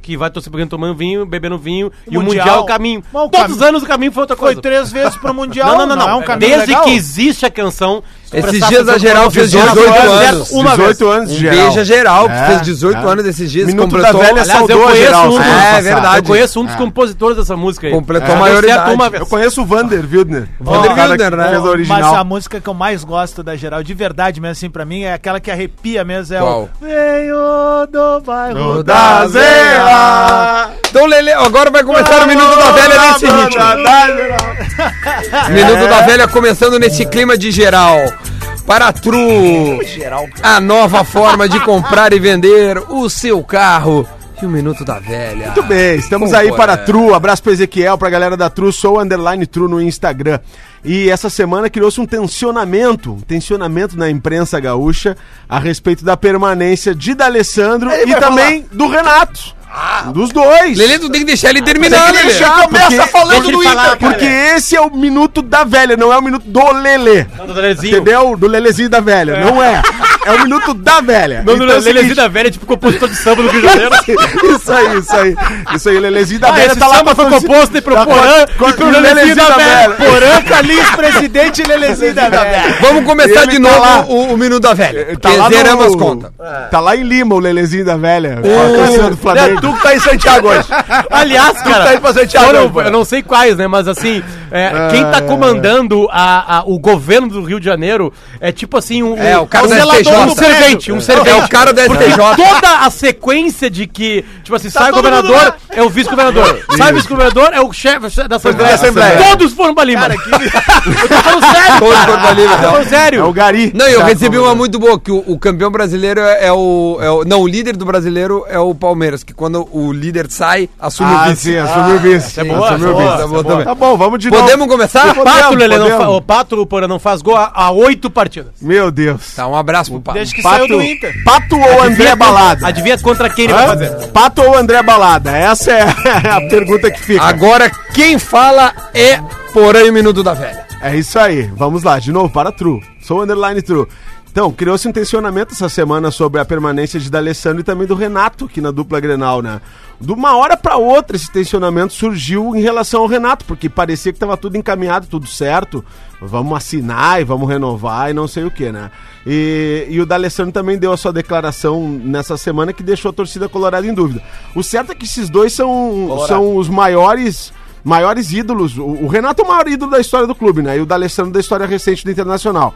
S6: Que vai torcer pro Grêmio tomando vinho, bebendo vinho, e o
S3: Mundial.
S6: Mundial é o caminho.
S3: Mas o
S6: Todos
S3: cami-
S6: os anos o caminho foi outra
S3: Foi
S6: coisa.
S3: três vezes pro Mundial.
S6: Não, não, não, não.
S3: É um caminho
S6: Desde
S3: legal?
S6: que existe a canção.
S2: Esses dias a geral fez 18
S6: 18
S2: anos.
S6: Uma vez.
S7: 18 anos
S2: Um
S7: de
S2: beijo a geral, que
S7: É,
S2: fez 18
S7: é.
S2: anos esses dias,
S7: Minuto
S2: completou.
S7: da velha
S6: Aliás, eu
S7: saudou a
S6: conheço
S7: geral.
S6: um
S7: semana
S6: dos-
S7: passada.
S2: É verdade.
S6: Eu conheço um dos
S7: É.
S6: compositores dessa música aí. É.
S2: Completou
S6: Deu
S2: a
S6: certo
S2: maioridade.
S6: uma vez.
S7: Eu conheço o Vander Wildner.
S2: Vander
S7: O cara
S2: Wildner,
S7: que
S2: né?
S7: Fez a
S3: Mas a
S7: original.
S3: música que eu mais gosto da geral, de verdade mesmo, assim, pra mim, é aquela que arrepia mesmo. É
S2: Qual?
S3: o Venho do bairro
S7: Do
S3: da
S7: da
S3: Zela.
S2: Então, Lele, agora vai começar o um Minuto da Velha nesse É.
S7: É.
S2: ritmo. Minuto da Velha começando nesse clima de geral. Para a Tru, a nova forma de comprar e vender o seu carro. E o Minuto da Velha.
S7: Muito bem, estamos aí para
S6: é.
S7: a Tru. Abraço para Ezequiel, para a galera da Tru. Sou underline Tru no Instagram. E essa semana criou-se um tensionamento, um tensionamento na imprensa gaúcha a respeito da permanência de D'Alessandro e também do Renato.
S6: Ah,
S7: dos dois.
S2: Lelê, tu tem que deixar ele terminar,
S7: Tem é que
S2: Lelê.
S7: deixar, porque-
S6: Deixa ele falar, cara.
S7: Porque esse é o minuto da velha, não é o minuto do Lelê.
S6: Não, do Lelezinho.
S7: Entendeu? Do Lelezinho da velha. Não é. É o minuto da velha.
S6: Não, do
S7: Então é o
S6: Lelezinho
S7: seguinte-
S6: da velha, tipo compositor de samba do Rio de Janeiro.
S7: isso aí, isso aí. Isso aí, Lelezinho da
S6: Ah,
S7: Velha
S6: esse samba foi
S7: tá fazer-
S6: composto e pro
S7: tá
S6: Porã
S7: com-
S6: e pro
S7: com-
S6: Lelezinho da Velha.
S7: Porã, Calix, presidente e Lelezinho da Velha.
S2: Vamos começar
S7: Ele
S2: de
S7: tá
S2: novo
S7: lá.
S2: o, o Minuto da Velha.
S7: Tá
S2: porque
S7: lá
S2: zeramos as
S7: no-
S2: contas.
S7: Tá lá em Lima o Lelezinho da Velha. com a torcida do Flamengo.
S4: Tu que tá em Santiago hoje.
S6: Aliás,
S4: tá
S6: cara,
S4: indo pra Santiago,
S6: foram-
S4: pô.
S6: eu não sei quais, né? Mas assim, é, quem tá comandando a, a- o governo do Rio de Janeiro é tipo assim um,
S2: É, o cara
S6: um
S2: da
S6: zelador
S2: STJ.
S6: do servente, um servente.
S2: É o cara da
S6: Porque
S2: STJ.
S6: toda a sequência de que, tipo assim, sai o governador, é o vice-governador. Sai o vice-governador, é o chefe da Assembleia.
S7: da Assembleia.
S6: Todos foram pra Lima. Eu tô falando sério.
S2: Todos
S6: cara.
S7: tá
S2: foram pra Lima,
S6: Eu tô falando
S7: É o
S6: sério.
S7: Gari.
S2: Não, eu recebi uma
S7: música.
S2: muito boa, que o, o campeão brasileiro é, é o, é o- Não, o líder do brasileiro é o Palmeiras, que quando o líder sai, assume o
S7: Ah,
S2: vice.
S7: sim, assumiu o vice.
S6: é boa,
S7: Assumiu o
S6: boa, essa
S7: vice.
S6: é
S7: Tá bom,
S6: boa.
S7: Tá bom, vamos de novo.
S2: Podemos começar?
S7: Podemos.
S6: Pato, Lelê, não
S7: podemos.
S6: fa- o Pato, porra, não faz gol há- há oito partidas.
S7: Meu Deus.
S2: Tá, um abraço pro Pato.
S3: Desde que
S7: Pato,
S3: saiu do Inter.
S7: Pato ou André Balada?
S6: Adivinha contra quem ele vai fazer.
S7: Hã? Pato ou André Balada? Essa é a pergunta que fica.
S2: Agora, quem fala é Porã e o Minuto da Velha.
S7: É isso aí, vamos lá, de novo, para True. Sou underline True. Então, criou-se um tensionamento essa semana sobre a permanência de D'Alessandro e também do Renato aqui na dupla Grenal, né? De uma hora para outra esse tensionamento surgiu em relação ao Renato, porque parecia que estava tudo encaminhado, tudo certo. Vamos assinar e vamos renovar e não sei o que, né? E, e o D'Alessandro também deu a sua declaração nessa semana que deixou a torcida colorada em dúvida. O certo é que esses dois são, são os maiores maiores ídolos. O, o Renato é o maior ídolo da história do clube, né? E o D'Alessandro da história recente do Internacional.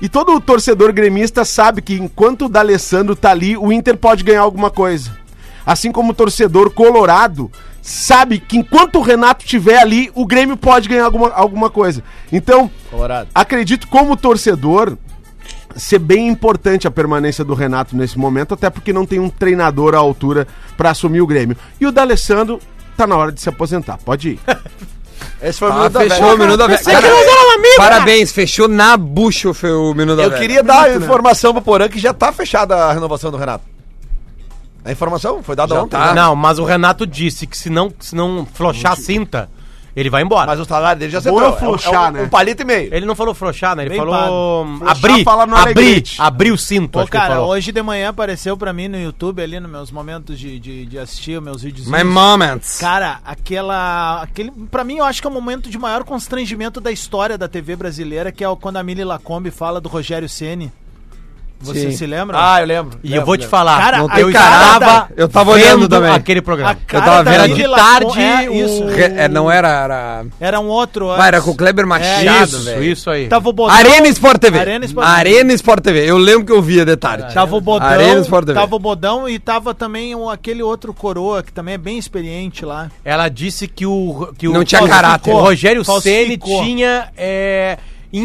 S7: E todo torcedor gremista sabe que enquanto o D'Alessandro tá ali, o Inter pode ganhar alguma coisa. Assim como o torcedor colorado sabe que enquanto o Renato estiver ali, o Grêmio pode ganhar alguma, alguma coisa. Então, acredito como torcedor ser bem importante a permanência do Renato nesse momento, até porque não tem um treinador à altura pra assumir o Grêmio. E o D'Alessandro tá na hora de se aposentar. Pode ir.
S4: Esse foi o
S2: Ah,
S4: Minuto da
S2: fechou o
S4: Velha.
S2: Minuto da Velha. Cara, Parabéns, fechou na bucha o fe- o Minuto da
S4: Eu
S2: Velha.
S4: queria dar
S2: né?
S4: a informação pro Porã que já tá fechada a renovação do Renato. A informação foi dada
S2: Já
S4: ontem.
S2: tá.
S4: né?
S6: Não, mas o Renato disse que se não, se não flochar a cinta, ele vai embora.
S4: Ah, Mas o salário dele já
S7: Boa
S4: acertou.
S7: frouxar,
S4: é um,
S7: né?
S4: um palito e meio.
S6: Ele não falou flochar, né? Ele
S3: Bem
S6: falou hum,
S7: Flochar
S6: abrir,
S7: fala no
S6: abrir,
S7: Alegrete.
S6: abrir o cinto,
S3: Pô,
S6: acho que ele
S3: cara,
S6: falou.
S3: hoje de manhã apareceu pra mim no YouTube, ali nos meus momentos de, de, de assistir, meus vídeos.
S2: My moments.
S3: Cara, aquela. Aquele, pra mim, eu acho que é o momento de maior constrangimento da história da TV brasileira, que é o- quando a Mili Lacombe fala do Rogério Ceni. Vocês
S2: Sim.
S3: se lembram?
S4: Ah, eu lembro.
S6: E eu vou te falar,
S3: Cara,
S6: não
S3: a
S6: eu
S3: cara
S6: estava
S2: da- Eu tava olhando
S6: vendo
S2: também.
S6: aquele programa.
S2: Eu tava vendo
S3: Mili
S6: de
S3: Lacombe-
S6: tarde
S3: é,
S6: o-
S3: isso.
S2: Re- é, não era... era...
S3: Era um outro.
S2: Vai, era
S3: antes. É,
S2: com o Kleber Machado,
S6: isso,
S2: velho.
S6: isso aí.
S3: Tava o Bodão-
S2: Arena Sport TV.
S3: Arena Sport TV.
S2: Arena Sport TV. Eu lembro que eu via de tarde.
S3: Tava o Bodão,
S2: Arena Sport TV.
S3: um tava o Bodão e tava também o- aquele outro coroa, que também é bem experiente lá.
S6: Ela disse que o que o
S2: Não tinha caráter.
S6: O Rogério Ceni
S3: Falsificou.
S6: tinha é,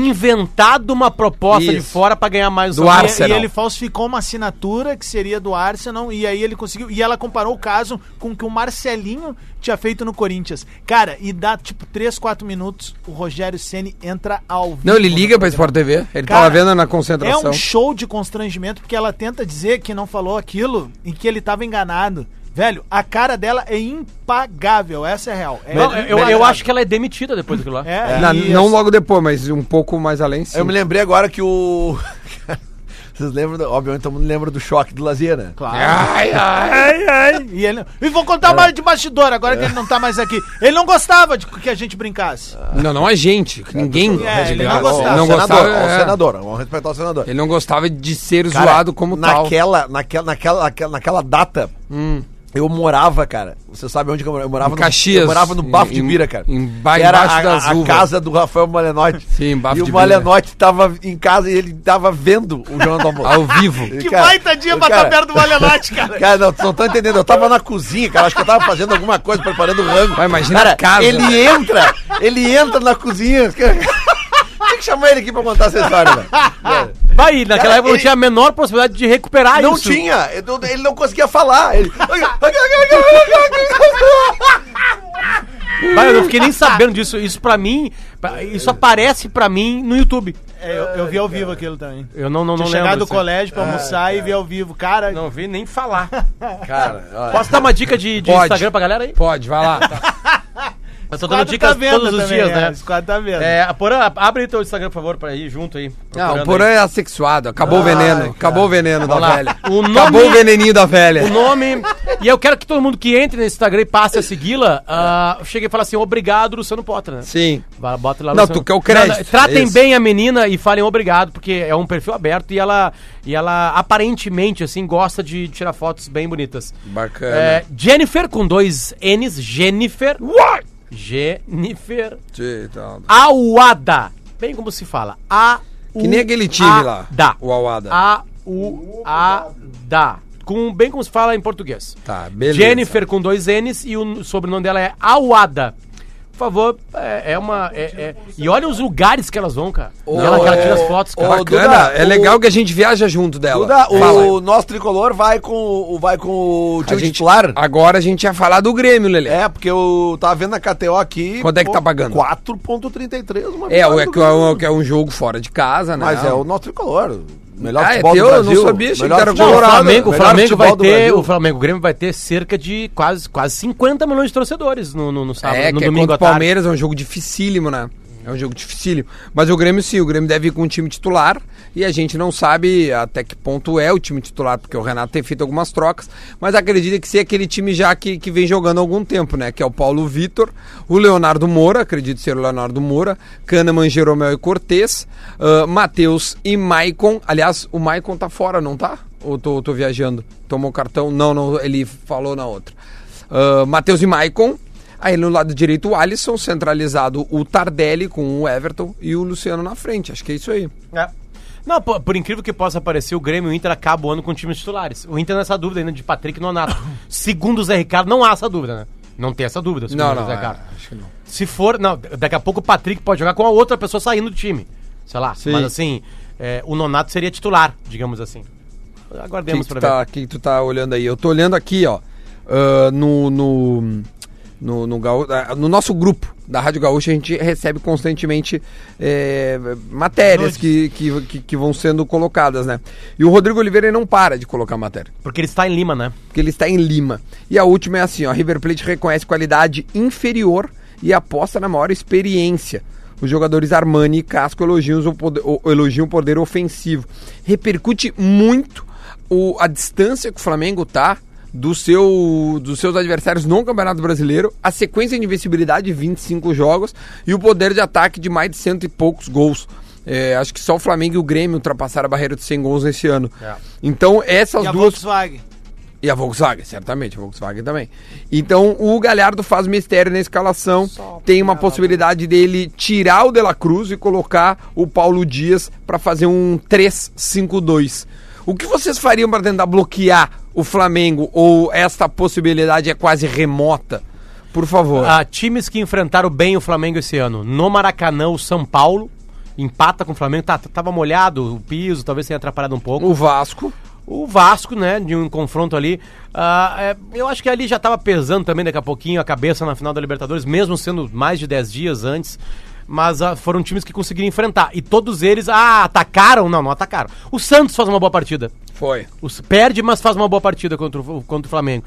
S6: inventado uma proposta de
S2: Isso.
S6: fora pra ganhar mais
S2: Do
S6: um-
S3: E-
S2: Arsenal.
S3: E ele falsificou uma assinatura que seria do Arsenal, e aí ele conseguiu. E ela comparou o caso com o que o Marcelinho tinha feito no Corinthians. Cara, e dá tipo 3, 4 minutos, o Rogério Ceni entra ao vivo.
S2: Não, ele liga
S3: no
S2: pra
S3: programa.
S2: Sport TV. Ele
S3: Cara,
S2: tava vendo na
S3: É
S2: concentração.
S3: um show de constrangimento, porque ela tenta dizer que não falou aquilo e que ele tava enganado. Velho, a cara dela é impagável, essa é a real. É
S6: Não, eu, eu
S3: impagável.
S6: acho que ela é demitida depois daquilo lá.
S3: É,
S2: Na-
S3: e
S2: não
S3: essa-
S2: logo depois, mas um pouco mais além, sim.
S4: Eu me lembrei agora que o. Vocês lembram, do... obviamente, todo mundo lembra do choque do Lazier, né?
S3: Claro. E, ele... e vou
S2: É.
S3: contar mais de bastidor, agora que ele não tá mais aqui. Ele não gostava de que a gente brincasse.
S2: Não, não a gente. que Ninguém.
S3: É, ele
S2: Não
S3: não gostava.
S2: Não
S4: Ao
S2: gostava.
S4: senador, ao
S2: é.
S4: senador, vamos respeitar o senador.
S2: Ele não gostava de ser
S4: Cara,
S2: zoado como tal. Hum.
S4: naquela, Naquela, naquela, naquela, naquela data, eu morava, cara. Você sabe onde que eu morava? Eu morava
S2: Em Caxias.
S4: No, eu morava no Bafo de
S2: Em-
S4: Bira, cara.
S2: em- ba-
S4: Que era
S2: embaixo
S4: a,
S2: das
S4: a
S2: uvas.
S4: casa do Rafael Malenotti.
S2: Sim, em Bafo
S4: E
S2: de
S4: o
S2: Bira.
S4: Malenotti tava em casa e ele tava vendo o Jornal do Almoço.
S2: Ao vivo.
S4: E,
S3: Que
S4: cara,
S3: baita dia
S4: eu,
S3: pra
S4: cara,
S3: tá perto do Malenotti, cara.
S4: Cara, não, tu não tá entendendo. Eu tava na cozinha, cara. Acho que eu tava fazendo alguma coisa, preparando o rango.
S2: Vai, imagina
S4: cara,
S2: a casa.
S4: Ele entra, ele entra na cozinha. cara. Tem que chamar ele aqui pra contar essa história, velho.
S6: Vai, naquela
S4: Cara,
S6: época não
S4: ele-
S6: tinha a menor possibilidade de recuperar
S4: Não
S6: É, isso.
S4: tinha, eu- ele não conseguia falar. Ele...
S6: Vai, eu não fiquei nem sabendo disso. Isso pra mim, pra- isso aparece pra mim no YouTube.
S3: É, eu, eu vi ao vivo aquilo também.
S6: Eu não, não,
S3: Tinha
S6: não lembro.
S3: chegado do
S6: assim.
S3: colégio pra almoçar e vi ao vivo. Cara,
S6: Não vi nem falar.
S4: Cara, olha.
S6: Posso dar uma dica de, de
S2: Pode.
S6: Instagram pra galera aí?
S2: Pode, vai lá.
S6: Eu tô
S3: quadro
S6: dando dicas todos os
S3: tá também,
S6: dias,
S3: é,
S6: né?
S3: Esse quadro tá vendo.
S6: É, Porã, abre aí teu Instagram, por favor, pra ir junto aí.
S2: Não,
S6: procurando
S2: o Porã
S6: aí.
S2: é assexuado. Acabou o veneno. Acabou o veneno da
S6: Vamos lá.
S2: velha.
S6: O nome-
S2: Acabou o veneninho da velha.
S6: O nome. e eu quero que todo mundo que entre nesse Instagram e passe a segui-la, ah, chegue e fale assim: obrigado, Luciano Potter, né?
S2: Sim.
S6: Vai, Bota lá
S2: Não,
S6: Luciano.
S2: tu quer o crédito,
S6: tratem
S2: isso.
S6: bem a menina e falem obrigado, porque é um perfil aberto e ela, e ela aparentemente, assim, gosta de tirar fotos bem bonitas.
S2: Bacana.
S6: É, Jennifer com dois N's, Jennifer. Jennifer
S2: Tchê, tal.
S6: Awada. Bem como se fala. A
S2: Que nem aquele time lá.
S6: Da.
S2: O Awada.
S6: A U A da. Com bem como se fala em português.
S2: Tá, beleza.
S6: Jennifer com dois N's e o sobrenome dela é Awada. Por favor, é, é uma. é- é- E olha os lugares que elas vão, cara. E ela, que ela tira
S2: é,
S6: as fotos, cara.
S4: ô,
S2: Bacana.
S4: Duda,
S2: é
S4: o-
S2: legal que a gente viaja junto dela.
S4: Duda,
S2: Fala aí.
S4: o nosso tricolor vai com o, vai com o
S2: A
S4: time
S2: gente,
S4: titular.
S2: agora a gente ia falar do Grêmio, Lelê.
S4: É, porque eu tava vendo na KTO aqui.
S2: Quanto é que tá pagando?
S4: 4,33. uma
S2: É, o-
S4: vitória
S2: é,
S4: do
S2: que é, um-
S4: Grêmio.
S2: que é um jogo fora de casa, né?
S4: Mas é o nosso tricolor. Melhor
S2: Ah, é
S4: futebol do
S2: teu? Eu não
S4: Brasil.
S2: sabia, achei
S4: melhor
S2: que era
S6: Não,
S4: futebol
S6: o
S2: colorado.
S4: dourado,
S6: Flamengo, o
S4: melhor
S6: Flamengo
S4: futebol
S6: vai
S4: do
S6: ter,
S4: Brasil.
S6: o Flamengo o Grêmio vai ter cerca de quase, quase 50 milhões de torcedores no, no, no sábado,
S2: É,
S6: no
S2: que é
S6: domingo
S2: contra
S6: à
S2: o
S6: tarde.
S2: Palmeiras, é um jogo dificílimo, né? É um jogo dificílimo. Mas o Grêmio sim, o Grêmio deve ir com um time titular e a gente não sabe até que ponto é o time titular, porque o Renato tem feito algumas trocas, mas acredita que seja aquele time já que, que vem jogando há algum tempo, né? Que é o Paulo Vitor, o Leonardo Moura, acredito ser o Leonardo Moura, Kahneman, Jeromel e Cortez, Matheus e Maicon. Aliás, o Maicon tá fora, não tá? Ou tô, tô viajando? Tomou cartão? Não, não, ele falou na outra. Ah, Matheus e Maicon. Aí no lado direito o Alisson, centralizado o Tardelli com o Everton e o Luciano na frente. Acho que é isso aí.
S6: É. Não, por, por incrível que possa parecer, o Grêmio e o Inter acabam o ano com times titulares. O Inter nessa dúvida ainda de Patrick e Nonato. Segundo o Zé Ricardo, não há essa dúvida, né? Não tem essa dúvida, segundo
S2: Não,
S6: o
S2: não,
S6: Zé
S2: é,
S6: Ricardo.
S2: acho que não.
S6: Se for, não, daqui a pouco o Patrick pode jogar com a outra pessoa saindo do time. Sei lá, mas assim, é, o Nonato seria titular, digamos assim.
S2: O que,
S6: Aguardemos
S2: que
S6: pra
S2: tu
S6: ver.
S2: tá, que que tu tá olhando aí? Eu tô olhando aqui, ó. ah, no, no, no, no, Gaú- ah, no nosso grupo da Rádio Gaúcha, a gente recebe constantemente eh, matérias que, que, que, que vão sendo colocadas, né? E o Rodrigo Oliveira ele não para de colocar matéria.
S6: Porque ele está em Lima, né?
S2: porque ele está em Lima. E a última é assim, ó, River Plate reconhece qualidade inferior e aposta na maior experiência. Os jogadores Armani e Casco elogiam o poder, o- elogiam o poder ofensivo. Repercute muito o- a distância que o Flamengo tá do seu, dos seus adversários no Campeonato Brasileiro, a sequência de invencibilidade de 25 jogos e o poder de ataque de mais de cento e poucos gols. É, acho que só o Flamengo e o Grêmio ultrapassaram a barreira dos 100 gols nesse ano. Então, essas
S3: É. E a
S2: duas
S3: Volkswagen.
S2: e a Volkswagen, certamente, a Volkswagen também. Então o Galhardo faz mistério na escalação. tem uma possibilidade dele tirar o De La Cruz e colocar o Paulo Dias pra fazer um 3-5-2. O que vocês fariam pra tentar bloquear o Flamengo? Ou esta possibilidade é quase remota? Por favor.
S6: Ah, times que enfrentaram bem o Flamengo esse ano. No Maracanã, o São Paulo empata com o Flamengo. Tá, t- tava molhado o piso, talvez tenha atrapalhado um pouco.
S2: O Vasco.
S6: O Vasco, né, de um confronto ali. Ah, é, eu acho que ali já tava pesando também daqui a pouquinho a cabeça na final da Libertadores, mesmo sendo mais de 10 dias antes. Mas ah, foram times que conseguiram enfrentar. E todos eles, ah, atacaram? Não, não atacaram. O Santos faz uma boa partida.
S2: Foi.
S6: Os- perde, mas faz uma boa partida contra o, contra o Flamengo.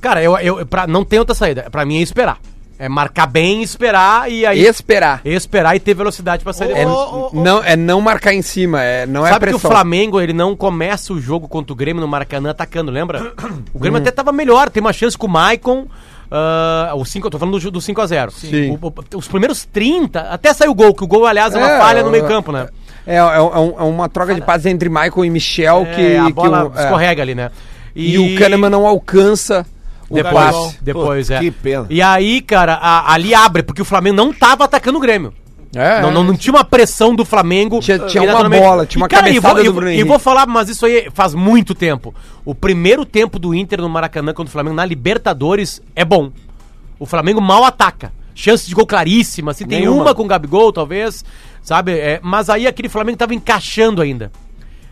S6: Cara, eu, eu pra, não tem outra saída. Pra mim é esperar. É marcar bem, esperar e aí.
S2: Esperar.
S6: Esperar e ter velocidade pra sair.
S2: É,
S6: depois.
S2: não, é não marcar em cima, é, não é
S6: Sabe que o
S2: pressão.
S6: Flamengo ele não começa o jogo contra o Grêmio no Maracanã atacando, lembra? O Grêmio até tava melhor, tem uma chance com o Maicon. ah, o 5, eu tô falando do, 5x0.
S2: Sim.
S6: os primeiros 30, até saiu o gol, que o gol, aliás, é uma
S2: É,
S6: falha no
S2: o-
S6: meio-campo, né?
S2: É, é, um- é uma troca de passes entre Michael e Michel
S6: É,
S2: que.
S6: a
S2: que
S6: bola
S2: o- é.
S6: escorrega ali, né?
S2: E, o Kahneman não alcança o
S6: Depois,
S2: passe.
S6: depois
S4: Pô,
S6: é.
S4: que pena.
S6: E aí, cara, a- ali abre, porque o Flamengo não tava atacando o Grêmio.
S2: É,
S6: não, não, não tinha uma pressão do Flamengo.
S2: Tinha- tinha uma
S6: naturalmente.
S2: bola, tinha uma
S6: e, cara,
S2: cabeçada
S6: eu vou,
S2: do
S6: eu
S2: Bruno
S6: vou- eu
S2: Henrique.
S6: vou falar, mas isso aí faz muito tempo. O primeiro tempo do Inter no Maracanã contra o Flamengo na Libertadores é bom. O Flamengo mal ataca. Chance de gol claríssima, assim, tem
S2: Nenhuma.
S6: uma com o Gabigol, talvez, sabe? É, mas aí aquele Flamengo tava encaixando ainda.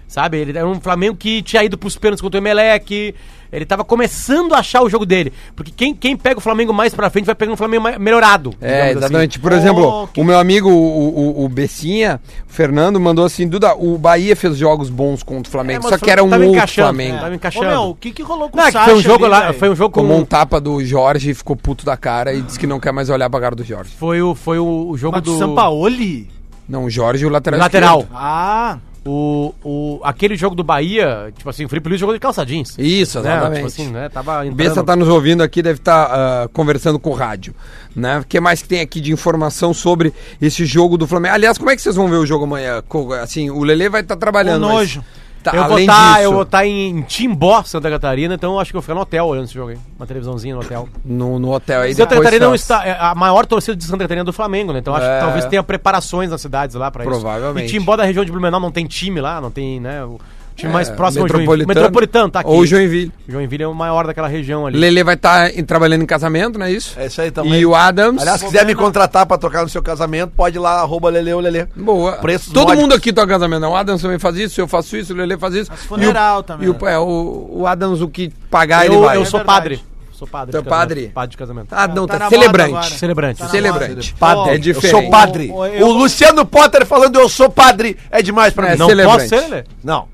S6: Sabe? Ele era um Flamengo que tinha ido pros pênaltis contra o Emelec. Ele tava começando a achar o jogo dele. Porque quem, quem pega o Flamengo mais pra frente vai pegando o Flamengo mais- melhorado.
S2: É,
S6: digamos assim.
S2: exatamente. Por exemplo,
S3: Oh, que-
S2: o meu amigo, o, o, o Bessinha, o Fernando, mandou assim: Duda, o Bahia fez jogos bons contra o
S6: É,
S2: Flamengo,
S6: mas
S2: só
S6: o
S2: que era um
S6: tava
S2: outro
S6: encaixando,
S2: Flamengo.
S6: é. Tava encaixando.
S3: Ô, meu, o que que rolou com
S6: Não,
S3: o
S6: é que
S3: Sacha
S6: foi um jogo
S3: ali,
S6: lá,
S3: velho?
S6: foi um jogo com
S2: Tomou um tapa do Jorge e ficou puto da cara e disse que não quer mais olhar pra cara do Jorge.
S6: foi o foi o, o jogo
S3: Mas do
S6: do
S3: Sampaoli?
S2: Não, o Jorge e o lateral.
S6: lateral.
S2: esquerdo.
S3: Ah,
S6: O, o aquele jogo do Bahia, tipo assim, o Felipe Luiz jogou de calça jeans.
S2: Isso,
S6: né?
S2: exatamente.
S6: Tipo assim, né? Tava
S2: O Bessa tá nos ouvindo aqui, deve estar conversando com o rádio. Né? O que mais que tem aqui de informação sobre esse jogo do Flamengo? Aliás, como é que vocês vão ver o jogo amanhã? Co- Assim, o Lele vai estar trabalhando.
S3: Um
S2: mas-
S3: nojo.
S2: Tá,
S6: eu, vou
S2: além
S6: tá,
S2: disso,
S6: eu vou estar em, em Timbó, Santa Catarina, então eu acho que eu vou ficar no hotel olhando esse jogo aí. Uma televisãozinha no hotel.
S2: no, no hotel aí
S6: Santa
S2: depois tá,
S6: Catarina não
S2: nós-
S6: está. é A maior torcida de Santa Catarina é do Flamengo, né? Então acho
S2: É.
S6: que talvez tenha preparações nas cidades lá pra
S2: Provavelmente.
S6: isso. E Timbó da região de Blumenau não tem time lá, não tem, né? O time mais
S2: É,
S6: próximo é o
S2: Metropolitano.
S6: Metropolitano, tá aqui.
S2: Ou Joinville.
S6: Joinville é o maior daquela região ali.
S2: Lele vai estar trabalhando em casamento, não é isso?
S4: É isso aí também.
S2: E o Adams.
S4: Aliás, se quiser me contratar pra tocar no seu casamento, pode ir lá, arroba Leleu Lele.
S2: boa.
S4: preços
S2: Todo
S4: módicos.
S2: mundo aqui toca casamento. não. O Adams também faz isso, eu faço isso, o Lele faz isso.
S3: Mas funeral
S2: E o,
S3: também,
S2: E o,
S3: né?
S2: é, o, o Adams, o que pagar, ele
S6: eu,
S2: vai.
S6: eu sou
S3: É verdade.
S6: padre. Tá Sou padre.
S2: Tu é
S6: de casamento.
S2: padre?
S6: Padre de casamento.
S2: Ah, não,
S3: Tá
S2: tá,
S3: na moda
S2: celebrante.
S3: agora.
S6: Celebrante.
S3: Então, Tá na
S2: Celebrante.
S3: moda.
S2: Padre,
S3: Ó,
S2: é
S4: Eu
S2: diferente.
S4: sou padre.
S3: Ô, ô, eu-
S4: O Luciano Potter falando eu sou padre é demais pra
S2: É,
S4: mim.
S6: Não
S2: celebrante.
S6: posso ser, Lelê?
S4: Não.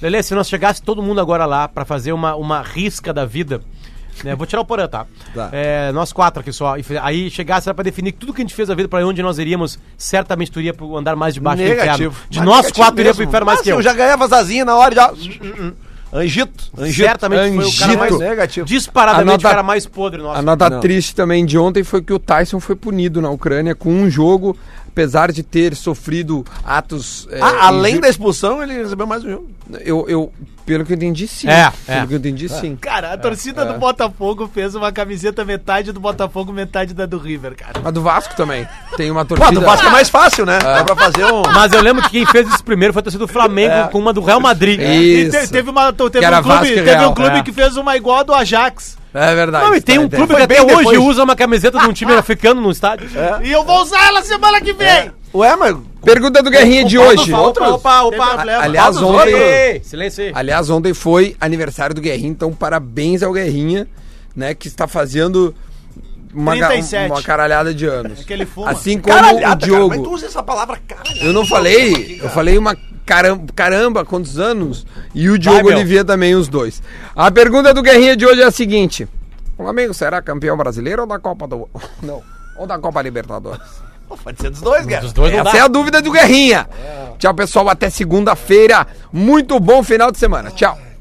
S6: Lelê, se nós chegasse todo mundo agora lá pra fazer uma, uma risca da vida, né? Vou tirar o Porã, tá?
S4: Tá.
S6: É, nós quatro aqui só. e fe- Aí chegasse lá pra definir tudo que a gente fez a vida, pra onde nós iríamos, certamente tu iria pro andar mais de baixo do
S4: Negativo.
S6: inferno. De nós quatro, tu iria
S4: iria
S6: pro inferno mais que eu.
S4: já ganhava as asinhas na hora e já... Angito. Angito.
S6: Certamente foi o cara mais
S4: Angito. Negativo.
S6: disparadamente
S2: Anota-
S6: o cara mais podre nosso.
S2: A nota
S4: Não.
S2: triste também de ontem foi que o Tyson foi punido na Ucrânia com um jogo, apesar de ter sofrido atos. é,
S4: Ah, além
S2: inju-
S4: da expulsão, ele recebeu mais um jogo.
S2: Eu, eu- pelo que eu entendi, sim.
S6: É,
S2: Pelo
S6: é.
S2: que eu entendi, sim.
S3: cara, a torcida do Botafogo fez uma camiseta metade do Botafogo, metade da do River, cara.
S2: Mas do Vasco também. Tem uma
S4: Pô,
S2: torcida.
S4: do Vasco é mais fácil, né? Dá pra fazer um...
S6: Mas eu lembro que quem fez isso primeiro foi a torcida do Flamengo com uma do Real Madrid.
S2: Isso.
S3: E te- teve uma, teve
S2: Que era
S3: um clube,
S2: Vasco e
S3: teve
S2: Real,
S3: um clube
S6: é.
S3: que fez uma igual a do Ajax.
S2: É verdade.
S6: Não, e tem
S2: tá,
S6: um
S2: entendo.
S6: clube que
S4: bem
S6: até hoje
S4: depois.
S6: usa uma camiseta de um time africano no estádio.
S3: E eu vou usar ela semana que vem.
S4: Ué, mas...
S6: é-
S2: Pergunta do Guerrinha
S4: um
S2: de
S4: é
S2: hoje.
S6: opa,
S3: Teve problema.
S2: Aliás,
S6: Todos
S2: ontem.
S6: outros. Silêncio aí.
S2: Aliás, ontem foi aniversário do Guerrinha, então parabéns ao Guerrinha, né, que está fazendo uma, ga-
S3: 37.
S2: uma caralhada de anos.
S3: É que ele fuma.
S2: Assim como
S4: Caralhada, ah,
S2: o
S4: cara, mas tu
S2: Diogo.
S4: usa essa palavra caralho.
S2: eu não falei, eu falei uma caramba, caramba, quantos anos? E o Diogo
S6: meu.
S2: Oliveira também, os dois. A pergunta do Guerrinha de hoje é a seguinte: O Flamengo será campeão brasileiro ou da Copa do Não, ou da Copa Libertadores?
S4: Pode ser dos dois, cara.
S6: Os dois não
S2: Essa é a dúvida do Guerrinha. Tchau, pessoal, até segunda-feira. Muito bom final de semana. Tchau.